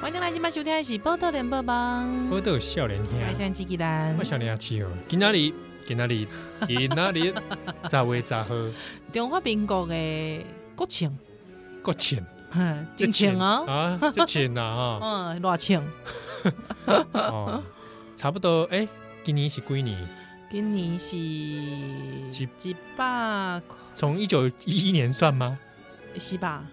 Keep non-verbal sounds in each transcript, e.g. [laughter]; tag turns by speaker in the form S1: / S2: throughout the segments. S1: 欢迎来今晚收听的是《报道联播帮》，
S2: 我都有笑脸
S1: 我
S2: 兄，啊
S1: 是鸡鸡蛋
S2: 我，笑脸阿七哦，今哪里？今哪里？今哪里？咋会咋喝？
S1: 中华民国的国庆，
S2: 够浅，
S1: 哼，
S2: 这
S1: 真庆哦，
S2: 啊，就浅呐啊！
S1: 嗯，偌庆，
S2: 哦，差不多哎，今年是几年？
S1: 今年是
S2: 几
S1: 几百
S2: 从一九一一年算吗？
S1: 是吧？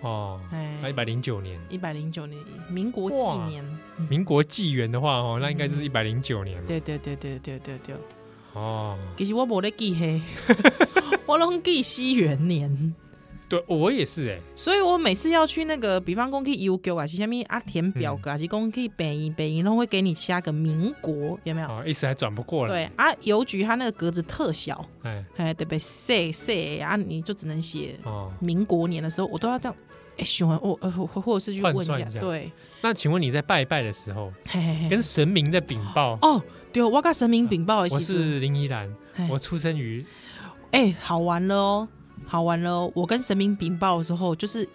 S2: 哦，一
S1: 哎，
S2: 百零九年，
S1: 一百零九年，民国
S2: 哇
S1: 纪年，嗯
S2: 民国纪元的话哦，那应该就是一百零九年了。
S1: 对对对对对对对，
S2: 哦，
S1: 其实我无咧记黑， [laughs] 我拢记西元年。
S2: 对，我也是哎，
S1: 所以我每次要去那个，比方讲去邮局啊，是啥物啊填表格，还是讲去北医北医，然后会给你加个民国，有没有？
S2: 哦，一时还转不过来。
S1: 对啊，邮局它那个格子特小，
S2: 哎，
S1: 哎，特别细细啊，你就只能写
S2: 哦，
S1: 民国年的时候，我都要这样。哎，询问我，呃，或或者是去问
S2: 换算一下
S1: 对，
S2: 那请问你在拜拜的时候，
S1: 嘿嘿嘿。
S2: 跟神明在禀报？
S1: 哎哦，对，我跟神明禀报的
S2: 我
S1: 时候，
S2: 是林依兰
S1: 嘿，
S2: 我出生于
S1: 哎，好玩了哦，好玩了哦。我跟神明禀报的时候，就是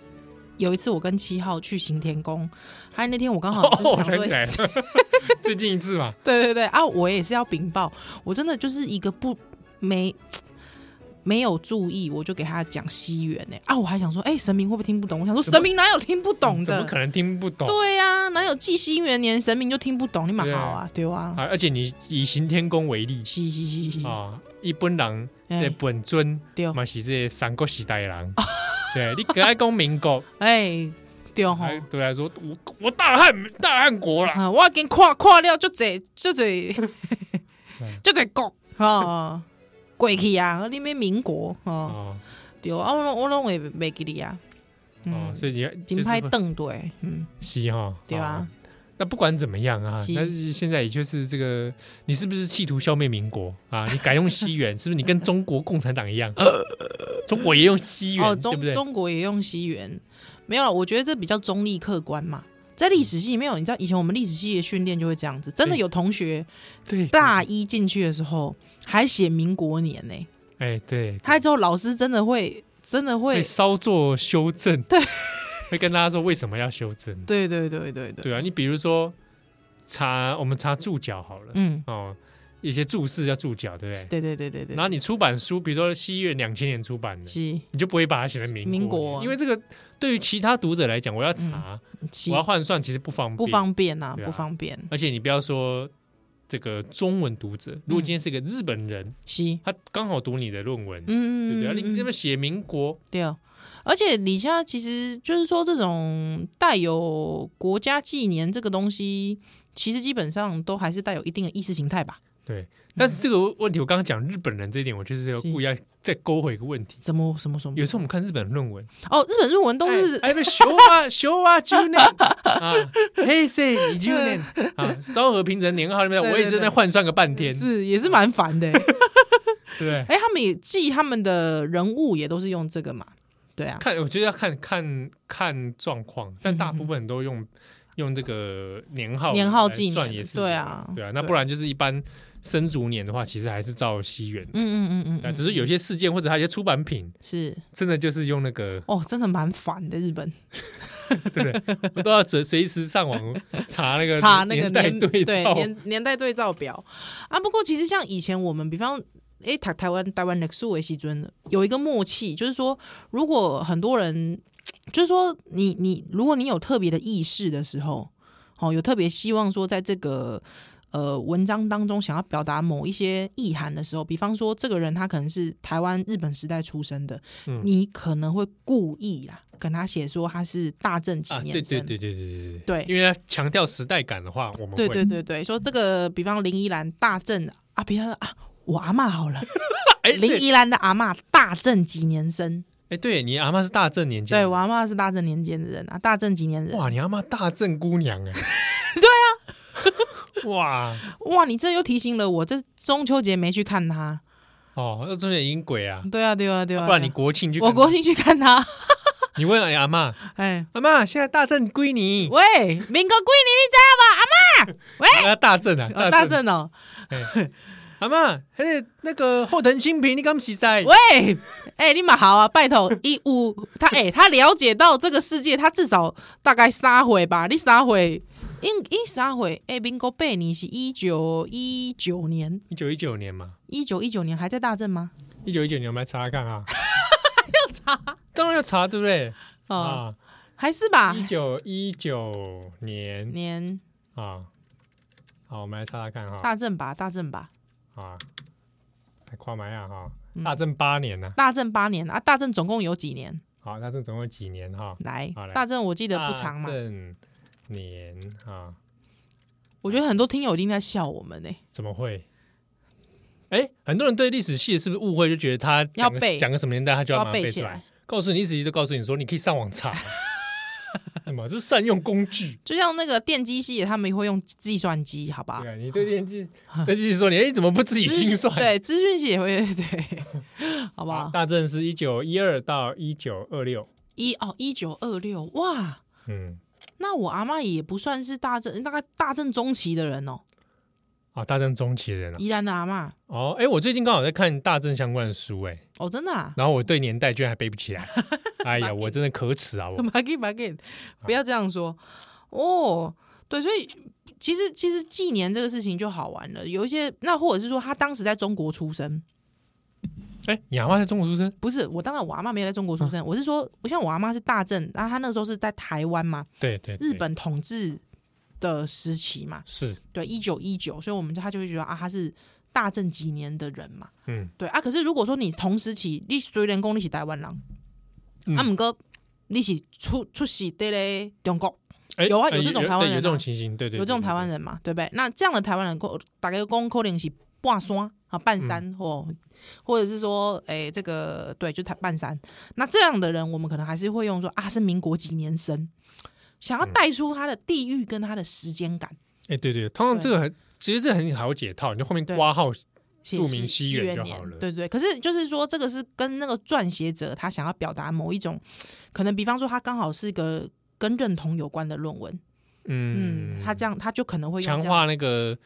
S1: 有一次我跟七号去行天宫，还有那天我刚好
S2: 哦，
S1: [laughs] 就
S2: 我
S1: 是想
S2: 想
S1: 说
S2: 起，来了， [laughs] 最近一次嘛，
S1: 对对对啊，我也是要禀报，我真的就是一个不没没有注意，我就给他讲西元呢、啊，我还想说，哎、神明会不会听不懂？我想说，
S2: 怎么
S1: 神明哪有听不懂
S2: 怎
S1: 的
S2: 么？可能听不懂？
S1: 对呀、啊，哪有记西元年神明就听不懂？你蛮
S2: 对啊
S1: 好啊，对啊，
S2: 啊，而且你以行天宫为例
S1: 嘻嘻嘻嘻，
S2: 啊，一般人
S1: 哎
S2: 的本尊
S1: 对哦，
S2: 嘛是这三国时代的人，对你可爱讲民国，
S1: 哎对 [laughs] 哦吼
S2: 哎，对来说我我大汉大汉国啦，
S1: 啊，我给你看看了，就这就这 [laughs] 就这国啊，过去啊，你们民国哦，
S2: 哦
S1: 对啊，我拢我拢会袂记你啊，
S2: 哦，
S1: 嗯，
S2: 所以你
S1: 金牌凳对，嗯。
S2: 西哈，
S1: 对吧
S2: 哦？那不管怎么样啊
S1: 是，
S2: 但是现在也就是这个，你是不是企图消灭民国啊？你改用西元， [laughs] 是不是你跟中国共产党
S1: [laughs]
S2: 一样？中国也用西元，
S1: 哦，
S2: 对
S1: 中
S2: 不对？
S1: 中国也用西元，没有啦，我觉得这比较中立客观嘛。在历史系里面有，你知道以前我们历史系的训练就会这样子，真的
S2: 对
S1: 有同学
S2: 对，
S1: 大一进去的时候还写民国年呢、
S2: 哎，对，
S1: 他之后老师真的会，真的
S2: 会
S1: 会，
S2: 稍作修正，对， [laughs] 会跟大家说为什么要修正。
S1: 对对对对对，
S2: 对啊，你比如说查，我们查注脚好了，
S1: 嗯，
S2: 哦，一些注释要注脚，对不对？
S1: 对对对对对
S2: 然，后你出版书，比如说西元两千年出版的，
S1: 是
S2: 你就不会把它写成民
S1: 民
S2: 国
S1: 国啊嗯
S2: 年，因为这个对于其他读者来讲，我要查，
S1: 是
S2: 我要换算，其实不方便，
S1: 不方便呐、
S2: 对啊
S1: 不方便，
S2: 而且你不要说这个中文读者，如果
S1: 嗯
S2: 今天是个日本人，
S1: 是，
S2: 他刚好读你的论文，对不
S1: 嗯，
S2: 对？啊你
S1: 嗯嗯
S2: 你那么写民国，
S1: 对啊，而且李家其实就是说，这种带有国家纪年这个东西，其实基本上都还是带有一定的意识形态吧？
S2: 对。但是这个问题，我刚刚讲日本人这一点，我就是要
S1: 嗯是
S2: 故意要再勾回一个问题。
S1: 什么什么什么？
S2: 有时候我们看日本论文，
S1: 哦，日本论文都是、 [laughs]
S2: 哎，哎不修啊修啊九年啊，黑色一九年啊，昭和平成年号里面，
S1: 对
S2: 我
S1: 对
S2: 也在那边换算个半天，对
S1: 是也是蛮烦
S2: [laughs]
S1: 的、
S2: 不对？
S1: 哎、他们也记他们的人物也都是用这个嘛？对啊，
S2: 看，我觉得要看看看状况，但大部分都用用这个年号
S1: 年号
S2: 来
S1: 纪
S2: 算
S1: 年
S2: 也是
S1: 对啊
S2: 对啊，那
S1: 对
S2: 不然就是一般生卒年的话，其实还是照西元。
S1: 嗯嗯嗯嗯
S2: 啊，
S1: 嗯，
S2: 只是有些事件或者它一些出版品，
S1: 是，
S2: 真的就是用那个
S1: 哦，真的蛮烦的日本
S2: [laughs] 我都要随随时上网查那个
S1: 查那个
S2: 年代
S1: 年
S2: 对照。
S1: 年年代对照表啊。不过其实像以前我们，比方诶，台台湾台湾历史为西尊有一个默契，就是说，如果很多人，就是说你你如果你有特别的意识的时候，哦，有特别希望说在这个。呃，文章当中想要表达某一些意涵的时候，比方说这个人他可能是台湾日本时代出生的，
S2: 嗯
S1: 你可能会故意啦跟他写说他是大正几
S2: 啊，
S1: 年
S2: 对
S1: 生
S2: 对对对对
S1: 对
S2: 因为要强调时代感的话，我们
S1: 对对
S2: 会
S1: 对对，说这个，比方林依兰大正啊，比方说啊，我阿嬷好了，
S2: 哎
S1: [laughs] 林
S2: 对
S1: 依兰的阿嬷大正几年生？
S2: 哎，对你阿妈是大正年间，
S1: 对我阿嬷是大正年间的人啊，大正几年人？哇
S2: 哇，你阿妈大正姑娘
S1: [laughs]
S2: 哎，
S1: 啊
S2: 对 [laughs] 啊，哇，
S1: 你这又提醒了我，这中秋节没去看他。
S2: 哦，那中间已经鬼啊，
S1: 对啊，对啊，对啊，
S2: 不然
S1: 对
S2: 你
S1: 啊
S2: 国庆就
S1: 我国，庆去看
S2: [laughs]
S1: 他。
S2: 你问你阿妈，
S1: 哎，
S2: 阿妈现在大正归你，
S1: 喂，民国几年你知道吗？
S2: [laughs] 啊大正啊，
S1: 哦阿嬷，哦大，正哦，
S2: 哎阿妈，那个那个后藤新平，你敢洗
S1: [laughs]
S2: 在？
S1: 喂，哎、你马好啊，拜托，一五他哎、他了解到这个世界，他至少大概三回吧，你三回，因因三回，哎、民国八年是一九一九年，
S2: 一九一九年嘛，
S1: 一九一九年还在大正吗？
S2: 一九一九年我们来查查
S1: [laughs]
S2: 看啊，要查，当然要查，对不对？
S1: 哦、
S2: 啊，
S1: 还是吧
S2: 一，九一九年
S1: 年
S2: 啊，好，我们来查查看哈，
S1: 大正吧，大正吧，
S2: 啊，来跨埋啊哈
S1: 嗯，
S2: 大正八年呢，
S1: 大正八年啊，大正总共有几年？
S2: 好，大正总共有几年哈？
S1: 来
S2: 好，来啊
S1: 大正我记得不长嘛
S2: 大，正年啊，
S1: 我觉得很多听友一定在笑我们呢、
S2: 怎么会？哎，很多人对历史系是不是误会，就觉得他讲个
S1: 要背
S2: 讲个什么年代，他就
S1: 都
S2: 要
S1: 要
S2: 把它
S1: 背
S2: 背
S1: 起
S2: 出
S1: 来
S2: 来。。告诉你，历史系都告诉你说，你可以上网
S1: [laughs]
S2: 查。什么？这是善用工具。
S1: 就像那个电机系，他们也会用计算机，好吧
S2: 对？啊，你对电机，对电机说你，哎，怎么不自己心算？
S1: 对，啊资讯系也会对，好不
S2: 好，
S1: 好？
S2: 大正是一九一二到一九二六，
S1: 一哦，一九二六，哇，
S2: 嗯，
S1: 那我阿妈也不算是大正，大概大正中期的人哦，
S2: 啊，大正中期的人啊。
S1: 宜兰的阿妈
S2: 哦，哎，我最近刚好在看大正相关的书，哎，
S1: 哦，真的啊。
S2: 然后我对年代居然还背不
S1: [laughs]
S2: 起来，哎呀，我真的可耻啊！我
S1: m a g g i m a g g i 不要这样说哦。对，所以其实其实纪年这个事情就好玩了，有一些那或者是说他当时在中国出生，
S2: 哎，你阿妈在中国出生
S1: 不是我当然我阿妈没有在中国出生，
S2: 嗯
S1: 我是说我像我阿妈是大正，然后她那时候是在台湾嘛，
S2: 对对，对
S1: 日本统治的时期嘛，
S2: 是，
S1: 对，一九一九，所以我们就他就会觉得啊，他是大正几年的人嘛，
S2: 嗯，
S1: 对啊。可是如果说你同时期，你虽然讲你是台湾人，
S2: 嗯
S1: 啊，唔过你是出出世在咧中国，
S2: 哎
S1: 有啊
S2: 呃
S1: 有这种
S2: 对
S1: 台湾人啊
S2: 有这种情形，对对，
S1: 有这种台湾
S2: 人，
S1: 人嘛，对不对？那这样的台湾人，大概公可能是半山啊，半山、或或者是说，哎、这个对，就台半山。那这样的人，我们可能还是会用说啊，是民国几年生，想要带出他的地域跟他的时间感。
S2: 哎，对对，通常
S1: 对
S2: 这个很，其实这很好解套，你就后面
S1: 对
S2: 挂号，
S1: 写
S2: 注明西元
S1: 元
S2: 就
S1: 年
S2: 好了
S1: 对对。可是就是说，这个是跟那个撰写者他想要表达某一种，可能比方说他刚好是个跟认同有关的论文，嗯，
S2: 嗯，
S1: 他这样他就可能会用
S2: 强
S1: 这样
S2: 化那个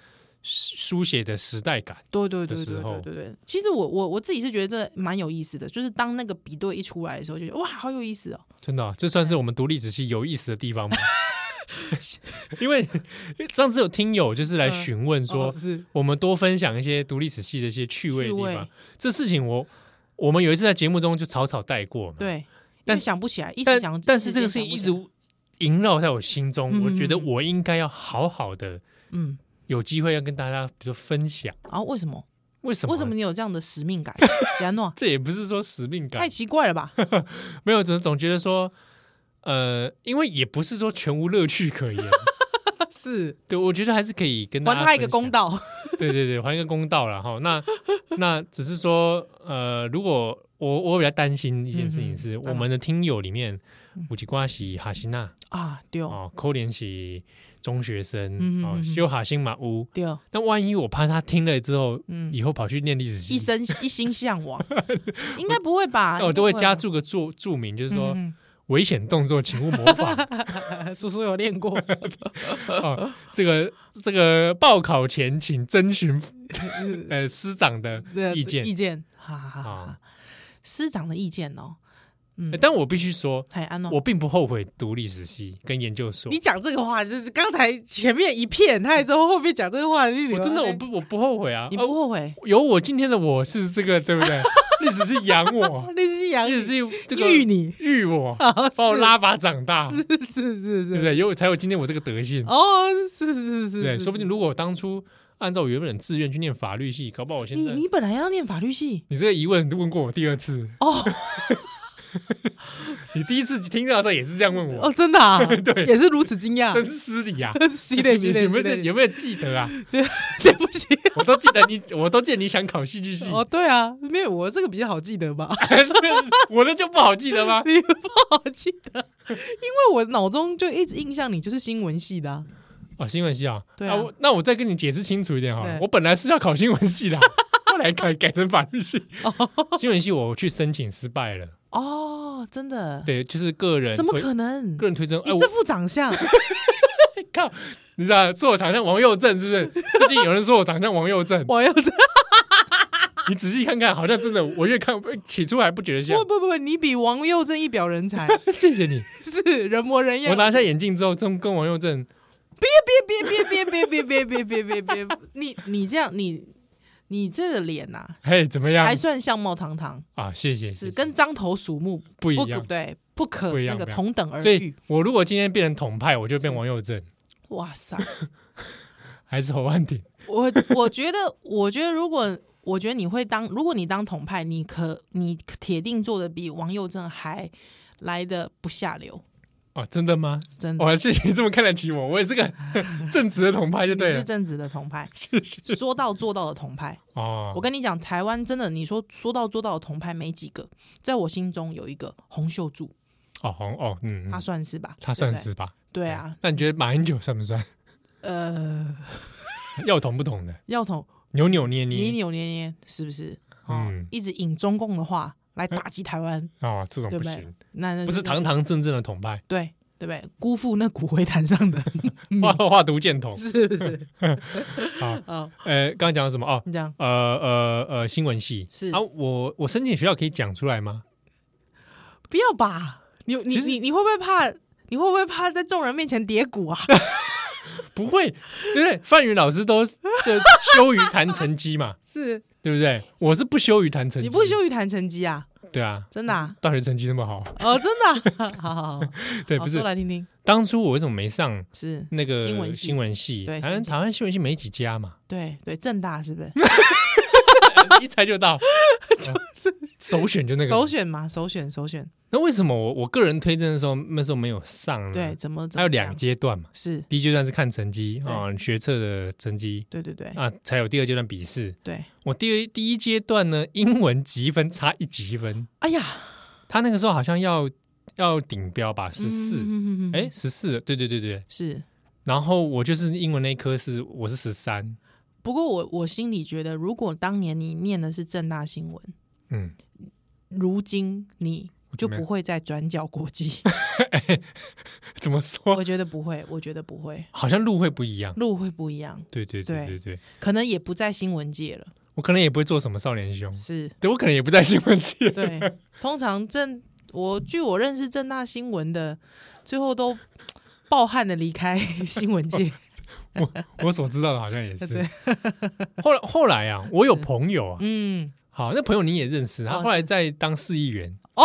S2: 书写的时代感，
S1: 对对对
S2: 的时
S1: 对对
S2: 候
S1: 对对，其实我我我自己是觉得这蛮有意思的，就是当那个比对一出来的时候，就觉得哇，好有意思哦。
S2: 真的啊、这算是我们读历史系有意思的地方吗？
S1: [laughs]
S2: 因为上次有听友就是来询问说，
S1: 是
S2: 我们多分享一些读历史系的一些趣味的地
S1: 哦趣
S2: 方
S1: 味。
S2: 这事情我我们有一次在节目中就草草带过嘛，
S1: 对，因为
S2: 但
S1: 想不起来，一直
S2: 但
S1: 想，
S2: 但是
S1: 时
S2: 这个
S1: 间
S2: 事情
S1: 想不
S2: 一
S1: 起
S2: 直
S1: 来
S2: 萦绕在我心中，
S1: 嗯
S2: 我觉得我应该要好好的
S1: 嗯，
S2: 有机会要跟大家比如说分享，
S1: 然后为什么
S2: 为什么？
S1: 为什么？你有这样的使
S2: [laughs]
S1: 命感？喜安诺
S2: 这也不是说使命感啊
S1: 太，奇怪了吧？
S2: 没有，总总觉得说，呃，因为也不是说全无乐趣可言。
S1: [laughs] 是
S2: 对，我觉得还是可以跟大
S1: 还
S2: 家
S1: 他一个
S2: 分享
S1: 公道。 [laughs]
S2: 对对对，还一个公道了哈。那那只是说，呃，如果我我比较担心一件事情是，
S1: 嗯哼
S2: 我们的听友里面五吉瓜喜哈辛娜
S1: 啊，对哦，
S2: 哦，扣连喜中学
S1: 嗯
S2: 生
S1: 哼嗯
S2: 哦，
S1: 哼
S2: 修哈辛马乌。
S1: 对哦，
S2: 但万一我怕他听了之后，
S1: 嗯，
S2: 以后跑去念历史
S1: 一
S2: 系， [laughs]
S1: 生一心向往，应该不会吧？
S2: 那我都会加
S1: 注，
S2: 注个注注明，就是说
S1: 嗯
S2: 危险动作请勿模
S1: [laughs]
S2: 仿。
S1: 嗯叔叔有练过，
S2: 哦，这个这个报考前请征询
S1: 嗯
S2: [laughs] 呃师长的
S1: [laughs]
S2: 啊
S1: 对
S2: 意见
S1: 意。见，哈哈哈
S2: 好
S1: 哈。师长的意见哦，嗯
S2: 呃，但我必须说，
S1: 海安诺，
S2: 我并不后悔读历史系跟研究所
S1: 你。讲这个话，就是刚才前面一片，他之后后面讲这个话，你
S2: 我真的我不我不后悔啊
S1: 你！不
S2: 哦，
S1: 后悔？
S2: 有我今天的我是这个对不
S1: [laughs]
S2: 对？历史系养我，
S1: 哦那是养
S2: 历史
S1: 你，
S2: 系啊这个
S1: 育你，哦
S2: 育我，把我拉拔长大，
S1: 是是是
S2: 对不
S1: 是，
S2: 对？有才有今天我这个德性，
S1: 哦，是是是，
S2: 对不对，
S1: 是
S2: 说不定如果我当初按照我原本的志愿去念法律系，搞不好我现
S1: 你
S2: 在
S1: 你本来要念法律系
S2: 你这个疑问问过我第二次，
S1: 哦
S2: 你第一次听到的时候也是这样问我，
S1: 哦，真的
S2: [laughs]
S1: 啊，对，也是如此惊讶，
S2: 真是失礼啊！
S1: [laughs] 系
S2: [laughs] 你
S1: 列系
S2: 你
S1: 列，
S2: 有没
S1: 是的
S2: 有有没有记
S1: [laughs]
S2: 得啊？
S1: 对不起，
S2: 我都记得你，我都记得你想考戏剧系，
S1: 哦，对啊，因为我这个比较好记得吧，
S2: 是 [laughs] 我的就不好记得吗？
S1: 你不好记得，因为我脑中就一直印象你就是新闻系的啊，
S2: 哦，新闻系啊，
S1: 对啊
S2: 我那我再跟你解释清楚一点好了
S1: 对。
S2: 我本来是要考新闻
S1: [laughs]
S2: 系的啊，后来改改成法律系。新闻系我去申请失败了，
S1: 哦，真的，
S2: 对，就是个人
S1: 怎么
S2: 推
S1: 可能？
S2: 个人推甄。哎，
S1: 你
S2: 我
S1: 这副长相， [laughs]
S2: 靠，你知道说我长相王佑正是不是？最近有人说我长相王佑正，
S1: 我又这
S2: 你仔细看看，好像真的，我越看起初还不觉得像
S1: 不。不不不，你比王佑正一表人才，
S2: 谢谢你，
S1: 是人模人
S2: 我
S1: 样。
S2: 拿下眼镜之后，跟跟王佑正，
S1: 别别别别别别别别别别别，你你这样你你这个脸呐、
S2: 嘿，怎么样
S1: 还算相貌堂堂，
S2: 啊？谢谢，
S1: 只
S2: 谢谢
S1: 跟獐头鼠目
S2: 不一
S1: 不
S2: 样。
S1: 对，不可
S2: 不一
S1: 那
S2: 样
S1: 个
S2: 不一样
S1: 同等而
S2: 所以
S1: 语。
S2: 我如果今天变成统派，我就变王佑正，
S1: 哇塞，
S2: 还是侯汉廷？
S1: 我我觉得，我觉得如果我觉得你会当，如果你当统派，你可你铁定做的比王佑正还来的不下流，
S2: 哦，真的吗？
S1: 真的。
S2: 哇，谢谢你这么看得起我，我也是个正直的统派就对啊
S1: 你是
S2: 了。
S1: 正直的统
S2: [laughs]
S1: 派，
S2: 谢谢。
S1: 说到做到的统派。
S2: 哦，
S1: 我跟你讲，台湾真的，你说说到做到的同派没几个，在我心中有一个洪秀柱，
S2: 哦红哦，嗯，
S1: 他
S2: 嗯
S1: 算是吧？
S2: 他
S1: 对
S2: 算
S1: 不
S2: 是吧？
S1: 对对啊，
S2: 那你觉得马英九算不算？ [laughs]
S1: 呃，
S2: 要统不统的，
S1: 要统
S2: 扭扭捏
S1: 扭
S2: 捏
S1: 扭捏捏是不是？哦
S2: 嗯，
S1: 一直引中共的话来打击台湾，
S2: 哦，这种
S1: 对
S2: 不
S1: 不对
S2: 行，
S1: 那那
S2: 不是
S1: 那
S2: 堂堂正正的统派，
S1: 对对不对？辜负那骨灰坛上
S2: [laughs]
S1: 的
S2: 画画毒箭筒。
S1: 嗯是不是？
S2: 好，
S1: 啊，
S2: 呃，刚刚讲到什么？哦，
S1: 你讲
S2: 呃呃呃，新闻系
S1: 是
S2: 啊，我我申请学校可以讲出来吗？
S1: 不要吧？你你
S2: 其实
S1: 你你会不会怕？你会不会怕在众人面前跌骨
S2: [laughs]
S1: 啊？
S2: 不会，对不对？范宇老师都是这羞于谈成绩嘛，
S1: 是
S2: 对不对？我是不羞于谈成绩，
S1: 你不羞于谈成绩啊？
S2: 对啊，
S1: 真的啊？
S2: 大学成绩那么好， [laughs]
S1: 哦，真的啊？ [laughs] 好好好，
S2: 嗯对，
S1: 好
S2: 不
S1: 说
S2: 是嗯
S1: 来听听。
S2: 当初我为什么没上
S1: 是
S2: 那个
S1: 新闻系
S2: 新闻系？
S1: 对
S2: 好像
S1: 新闻系
S2: 台湾新闻系没几家
S1: [laughs]
S2: 嘛，
S1: 对对，正大是不是？
S2: 一猜
S1: [laughs]
S2: 就到，就是首选就那
S1: 首
S2: 个。
S1: 选嘛，首选首选。
S2: 那为什么我我个人推荐的时候，那时候没有上呢？
S1: 对，，怎么怎
S2: 嗯还有
S1: 么
S2: 两
S1: 样
S2: 阶段嘛。
S1: 是，
S2: 第一阶段是看成绩
S1: 对
S2: 啊、学测的成绩
S1: 对对对
S2: 啊，才有第二阶段笔试。
S1: 对。
S2: 我第二第一阶段呢，英文积分差一积分，
S1: 哎呀，
S2: 他那个时候好像要要顶标吧，十四、
S1: 嗯，嗯嗯嗯嗯
S2: 哎，十四，对对对对。
S1: 是。
S2: 然后我就是英文那一科是我是十三，
S1: 不过我我心里觉得，如果当年你念的是正大新闻，
S2: 嗯，
S1: 如今你就
S2: 怎么样
S1: 不会再转角国
S2: [laughs]
S1: 际。
S2: 怎么
S1: 我
S2: 说？
S1: 觉得不会，我觉得不会，
S2: 好像路会不一样。
S1: 路会不一样，
S2: 对对对对
S1: 对
S2: 对，
S1: 可能也不在新闻界了。
S2: 我可能也不会做什么少年兄，
S1: 是，
S2: 对我可能也不在新闻界。
S1: 对。通常正我据我认识正大新闻的，最后都抱憾的离开 [laughs] 新闻界。
S2: 我所知道的好像也哦是
S1: 对。
S2: 后来后来啊，我有朋友啊，
S1: 嗯， [laughs]
S2: 好，那朋友你也认识，他
S1: 哦
S2: 后来在当市议员，
S1: 哦，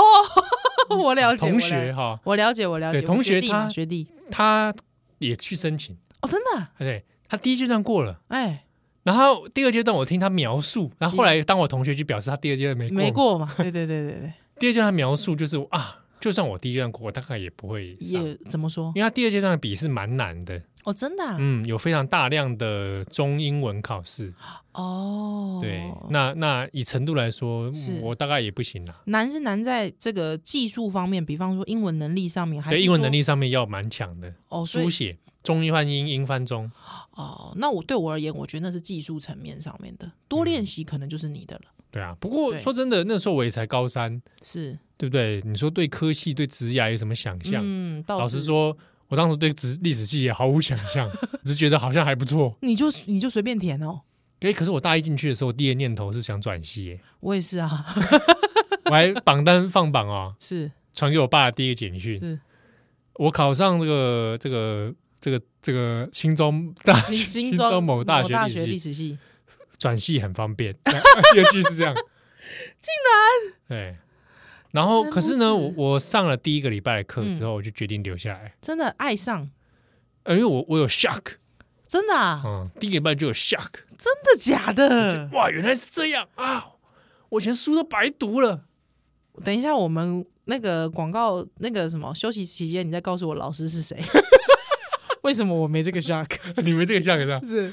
S1: 我了解，
S2: 同
S1: 我嗯了
S2: 学哈，
S1: 我了解，我了解，
S2: 对同
S1: 我学弟
S2: 学他
S1: 嘛学弟
S2: 他也去申请，
S1: 哦，真的啊，
S2: 对，他第一阶段过了。
S1: 哎，
S2: 然后第二阶段我听他描述，然后后来当我同学去表示他第二阶段没过，
S1: 没过嘛，对对对对
S2: [laughs]
S1: 对，
S2: 第二阶段他描述就是啊，就算我第一阶段过，我大概也不会上，
S1: 也怎么说
S2: 因为他第二阶段的笔是蛮难的，
S1: 哦，真的啊
S2: 嗯，有非常大量的中英文考试，
S1: 哦，
S2: 嗯对，那那以程度来说，
S1: 是
S2: 嗯我大概也不行啊啦。
S1: 难是难在这个技术方面，比方说英文能力上面，还
S2: 对，
S1: 是
S2: 英文
S1: 说
S2: 能力上面要蛮强的，
S1: 哦，所以
S2: 书写中英翻英，英翻中，
S1: 哦，那我对我而言，我觉得那是技术层面上面的，多练习可能就是你的了，
S2: 对啊。不过
S1: 对
S2: 说真的，那时候我也才高三，
S1: 是，
S2: 对不对？你说对科系、对职涯有什么想象？
S1: 嗯，
S2: 老
S1: 倒
S2: 实
S1: 是。
S2: 说，我当时对职历史系也毫无想象， [laughs] 只是觉得好像还不错。
S1: 你就你就随便填哦，
S2: 哎，可是我大一进去的时候，我第一个念头是想转系耶，
S1: 我也是啊， [laughs]
S2: 我还榜单放榜哦，
S1: 是
S2: 传给我爸的第一个简讯，
S1: 是，
S2: 我考上这个这个这个这个新州大
S1: 你
S2: 新
S1: 新
S2: 州
S1: 庄
S2: 某大
S1: 某
S2: 学
S1: 大
S2: 历
S1: 学
S2: 史
S1: 历
S2: 系
S1: 史系，
S2: 转系很方便， [laughs] 尤其是这样，竟然对。然后，
S1: 竟然
S2: 可是呢，
S1: 如
S2: 我
S1: 此嗯
S2: 我上了第一个礼拜的课之后，我就决定留下来，
S1: 真的爱上，
S2: 呃，因为我我有 shock，
S1: 真的啊，
S2: 嗯，第一个礼拜就有 shock，
S1: 真的假的？
S2: 哇，原来是这样啊！我以前书都白读了， [laughs]
S1: 等一下，我们那个广告那个什么休息期间，你再告诉我老师是
S2: [laughs]
S1: 谁？为什么我没这个 shock？
S2: 你们这个 shock 呢？
S1: 是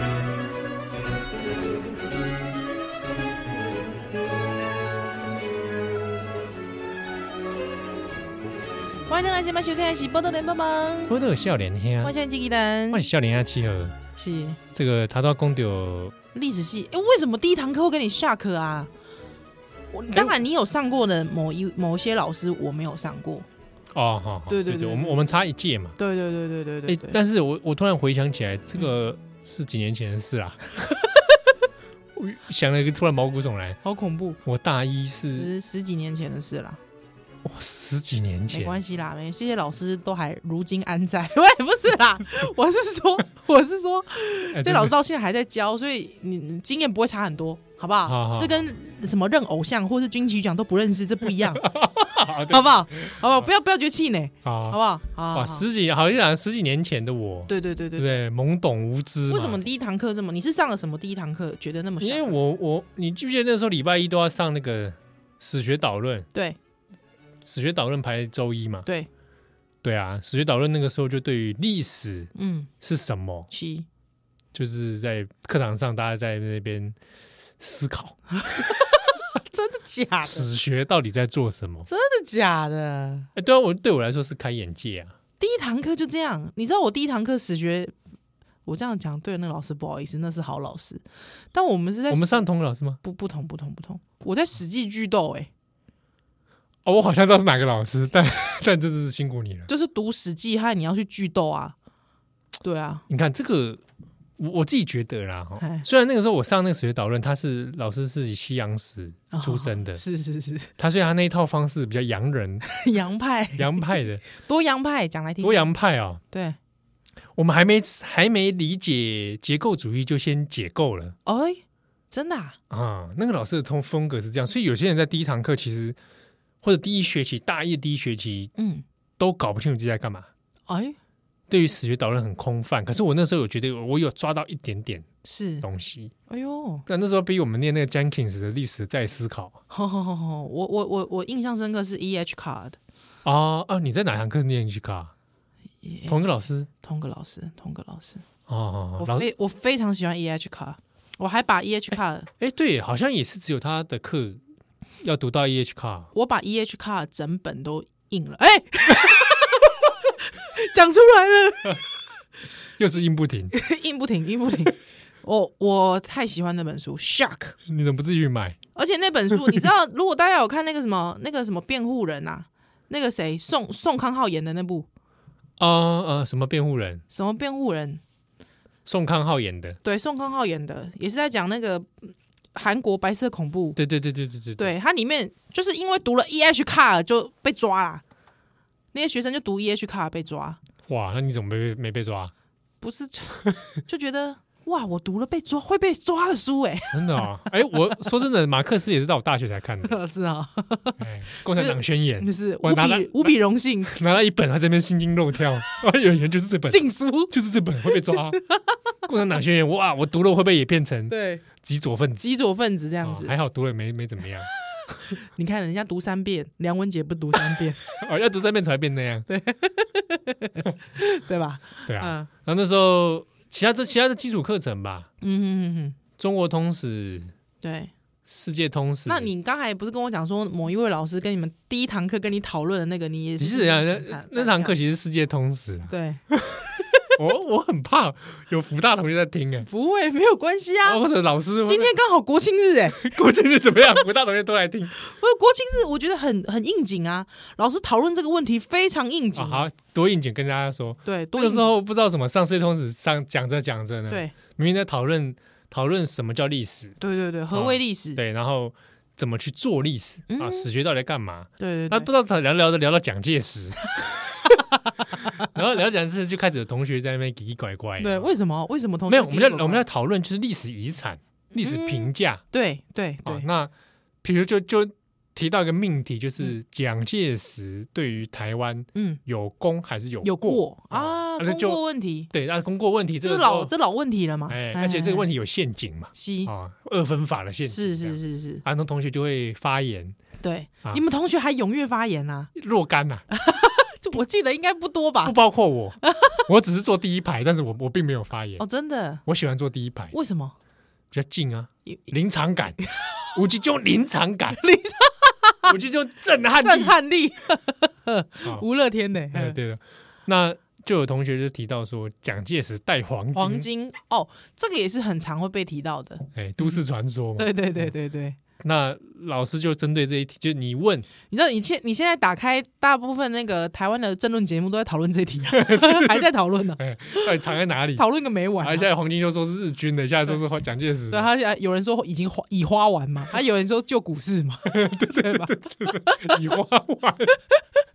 S2: 哎、
S1: 欢迎来节目收听的是《波多连帮忙》，
S2: 我都有笑脸兄
S1: 我，现在记忆单
S2: 我是笑脸兄七号，
S1: 是
S2: 这个他都要讲到
S1: 历史系。哎，为什么第一堂课会跟你下课啊？我当然，你有上过的某一某些老师，我没有上过。
S2: 哦，好，好
S1: 对对
S2: 对
S1: 对
S2: 我们我们差一届嘛。
S1: 对对对对
S2: 哎
S1: 对对，嗯对。
S2: 但是我我突然回想起来，这个是几年前的事啊。 [laughs] 我想了一个突然毛骨悚然，
S1: 好恐怖，
S2: 我大一是
S1: 十十几年前的事啦，
S2: 哇十几年
S1: 没
S2: 前，
S1: 关系啦，没这些老师都还如今安在。 [laughs] 喂，不是啦，我是说，我是说，
S2: 哎
S1: 这老师
S2: 真的
S1: 到现在还在教，所以你你经验不会差很多，好不好？
S2: 好好
S1: 这跟什么认偶像或是军旗奖都不认识，这不一样， [laughs]
S2: 好对
S1: 好不好？好不好？不要不要觉得气馁，好
S2: 好
S1: 不好？好好
S2: 啊哇，
S1: 好
S2: 十几好像十几年前的我，
S1: 对对对对
S2: 对不
S1: 对。
S2: 对？懵懂无知嘛。
S1: 为什么第一堂课这么？你是上了什么第一堂课觉得那么啊
S2: 因
S1: 像？
S2: 为我我你记不记得那时候礼拜一都要上那个史学导论，
S1: 对
S2: 史学导论排周一嘛？
S1: 对，
S2: 对啊，史学导论那个时候就对于历史
S1: 嗯，
S2: 是什么， [laughs]
S1: 七
S2: 就是在课堂上大家在那边思考
S1: 真的假的？真
S2: 史学到底在做什么。
S1: 的假的？
S2: 哎，对啊，我对我来说是开眼界啊。
S1: 第一堂课就这样，你知道我第一堂课史学，我这样讲对那个老师不好意思，那是好老师，但我们是在
S2: 我们
S1: 史
S2: 上同个老师吗？
S1: 不不同不同不同，我在史记剧斗哎、
S2: 哦，我好像知道是哪个老师，但 [laughs] 但这次是辛苦你了。
S1: 就是读《史记》，害你要去剧斗啊。对啊，
S2: 你看这个，我我自己觉得啦，哈
S1: 哎
S2: 虽然那个时候我上那个史学导论，他是老师是以西洋史出身的，
S1: 是是是，
S2: 他所以他那一套方式比较洋 [laughs] 人、
S1: 洋派
S2: 洋派 [laughs] 的，
S1: 多洋派，讲来听。
S2: 多洋派啊、
S1: 对，哎、
S2: 我们还没还没理解结构主义，就先解构了
S1: 哎真的、啊，
S2: 啊、那个老师的通风格是这样，所以有些人在第一堂课其实或者第一学期大一的第一学期
S1: 嗯，
S2: 都搞不清楚自己在干嘛，
S1: 哎、
S2: 对于史学导论很空泛。可是我那时候有觉得我有抓到一点点
S1: 是，
S2: 东西，
S1: 哎呦， [laughs]
S2: 但那时候比我们念那个 Jenkins 的历史在思考
S1: 吼吼吼吼，我我我我印象深刻是 E H card，
S2: 啊啊！你在哪堂课念去卡？同一个老师
S1: 同个老师，同个老师，
S2: 哦哦，哦
S1: 我
S2: 老师
S1: 非我非常喜欢 E H card，我还把 E H card，、
S2: 哎对，好像也是只有他的课要读到 EH 卡。
S1: 我把 E H card 整本都印了，哎、 [laughs] 讲出来了。 [laughs]
S2: 又是硬不停，
S1: 硬不停，硬不停。我我太喜欢那本书《Shock》，
S2: 你怎么不自己去买？
S1: 而且那本书你知道， [laughs] 如果大家有看那个什么那个什么辩护人啊，那个谁宋宋康昊演的那部
S2: 啊呃，什么辩护人？
S1: 什么辩护人，
S2: 宋康昊演的。
S1: 对，宋康昊演的也是在讲那个嗯韩国白色恐怖。
S2: 对对对对对对。
S1: 对，它里面就是因为读了 E H 卡尔就被抓啦，那些学生就读 E H 卡尔被抓，
S2: 哇，那你怎么没被没被抓？
S1: 不是 [laughs] 就就觉得哇，我读了被抓会被抓的书哎、
S2: 真的啊、 [laughs] 哎、我说真的，马克思也是到我大学才看的，
S1: 是啊，
S2: 哎，《共产党宣言
S1: 真》的是
S2: 我
S1: 无
S2: 拿它
S1: 比无比荣幸
S2: 拿到一本，他这边心惊肉跳， [laughs] 啊，有人就是这本，
S1: 禁书。
S2: 就是这本会被抓， [laughs] 《共产党宣言》哇，我读了会不会也变成
S1: 对，
S2: 极左分子？
S1: 极左分子这
S2: 这
S1: 样子。
S2: 哦还好读了没没怎么样， [laughs]
S1: 你看人家读三遍，梁文杰不读三遍，
S2: 哦，要读三遍才会变那样，
S1: 对吧？
S2: 对
S1: 嗯
S2: 啊。然后那时候其他的其他的基础课程吧，
S1: 嗯嗯嗯，
S2: 中国通史、
S1: 对。
S2: 世界通史，
S1: 那你刚才不是跟我讲说，某一位老师跟你们第一堂课跟你讨论的那个，你也
S2: 其
S1: 是
S2: 实啊，那那堂课其实世界通史
S1: [laughs]
S2: 啊，
S1: 对，
S2: 我我很怕有福大同学在听哎、
S1: 不会没有关系
S2: 欸，
S1: 啊。
S2: 或者老师
S1: 今天刚好国庆日哎，我
S2: 国庆日怎么样？福大同学都
S1: [laughs]
S2: 来听。
S1: 国庆日我觉得很很应景啊。老师讨论这个问题非常应景
S2: 啊、，好，多应景跟大家说，
S1: 对，
S2: 那
S1: 多
S2: 个
S1: 应
S2: 时
S1: 景。
S2: 候不知道什么上世界通史上讲着讲着呢，，
S1: 对
S2: 明明在讨论讨论什么叫历史，
S1: 对对对，何
S2: 啊
S1: 谓历史？对
S2: 对，然后怎么去做历史、啊，史学到底在干嘛？
S1: 嗯对
S2: 啊，
S1: 对
S2: 不知道他聊聊的聊到蒋介石， [laughs] 然后聊蒋介石就开始有同学在那边奇奇怪怪的，
S1: 对，为什么为什么同
S2: 没
S1: 学
S2: 有，我们在我们在讨论就是历史遗产、历
S1: 嗯
S2: 史评价。
S1: 对对
S2: 啊，
S1: 对，
S2: 那比如就就提到一个命题，就是蒋介石对于台湾
S1: 嗯，
S2: 有功还是有
S1: 有过
S2: 啊
S1: 啊，
S2: 那
S1: 通
S2: 就
S1: 过问题，
S2: 对，那功过问题
S1: 这
S2: 这个
S1: 是
S2: 时候
S1: 老这老问题了嘛？哎
S2: 哎，而且这个问
S1: 题
S2: 题有陷阱嘛
S1: 是
S2: 啊，二分法的陷阱
S1: 是是
S2: 是，
S1: 是是，
S2: 安东同学就会发言
S1: 对
S2: 啊，
S1: 你们同学还踊跃发言啊？
S2: 若干呐，
S1: 这 [laughs] 我记得应该不多吧
S2: 不？包
S1: [laughs]
S2: 括我，我只是坐第一排，但是我我并没有发言
S1: 哦，，真的？
S2: 我喜欢坐第一排，
S1: 为什 [laughs] 么？
S2: 比较近啊
S1: 因，
S2: 临场
S1: [laughs]
S2: 感，五级就临场感，临场，五级就震撼
S1: [laughs]
S2: 力
S1: 震撼力
S2: 好
S1: 吴乐天呢、 [laughs]
S2: 哎对的。那就有同学就提到说，蒋介石带黄金，
S1: 黄金哦，这个也是很常会被提到的。
S2: 哎，都市传说嘛。
S1: 对对对对对，
S2: 那老师就针对这一题，就你问，
S1: 你知道你现你现在打开大部分那个台湾的政论节目都在讨论这 [laughs] 题、啊，还在讨论呢，
S2: 哎， [laughs] 到底藏在哪里？
S1: 讨论个没完、
S2: 而
S1: 啊。
S2: 现在黄金就说是日军的，现在说是蒋介石
S1: 对，，啊
S2: [laughs]
S1: 他现在有人说已经花已花完嘛，还、有人说就股市嘛，对吧？
S2: 你花完，
S1: [laughs]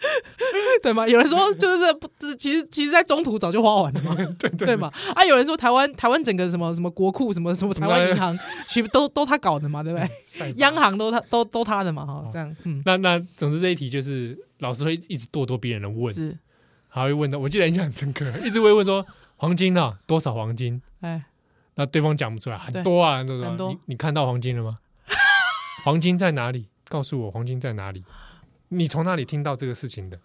S1: 对吗？有人说就是不，这其实其实，在中途早就花完了嘛，
S2: [laughs] 对对
S1: 对嘛？啊，有人说台湾台湾整个什么什么国库什么什么
S2: 什
S1: 台
S2: 么嗯
S1: 湾银行，其实都都他搞的嘛，对不对？
S2: 塞巴
S1: 央行都他都都他的嘛，
S2: 哦
S1: 哈，这样，嗯，
S2: 那那总之这一题就是老师会一直咄咄逼人的问，
S1: 是，
S2: 还会问到，我记得印象很深刻，一直会问说黄金啊多少黄金？
S1: 哎，
S2: 那对方讲不出来，很
S1: 对
S2: 多啊，很多
S1: 很多
S2: 你你看到黄金了吗？ [laughs] 黄金在哪里？告诉我黄金在哪里？你从哪里听到这个事情的？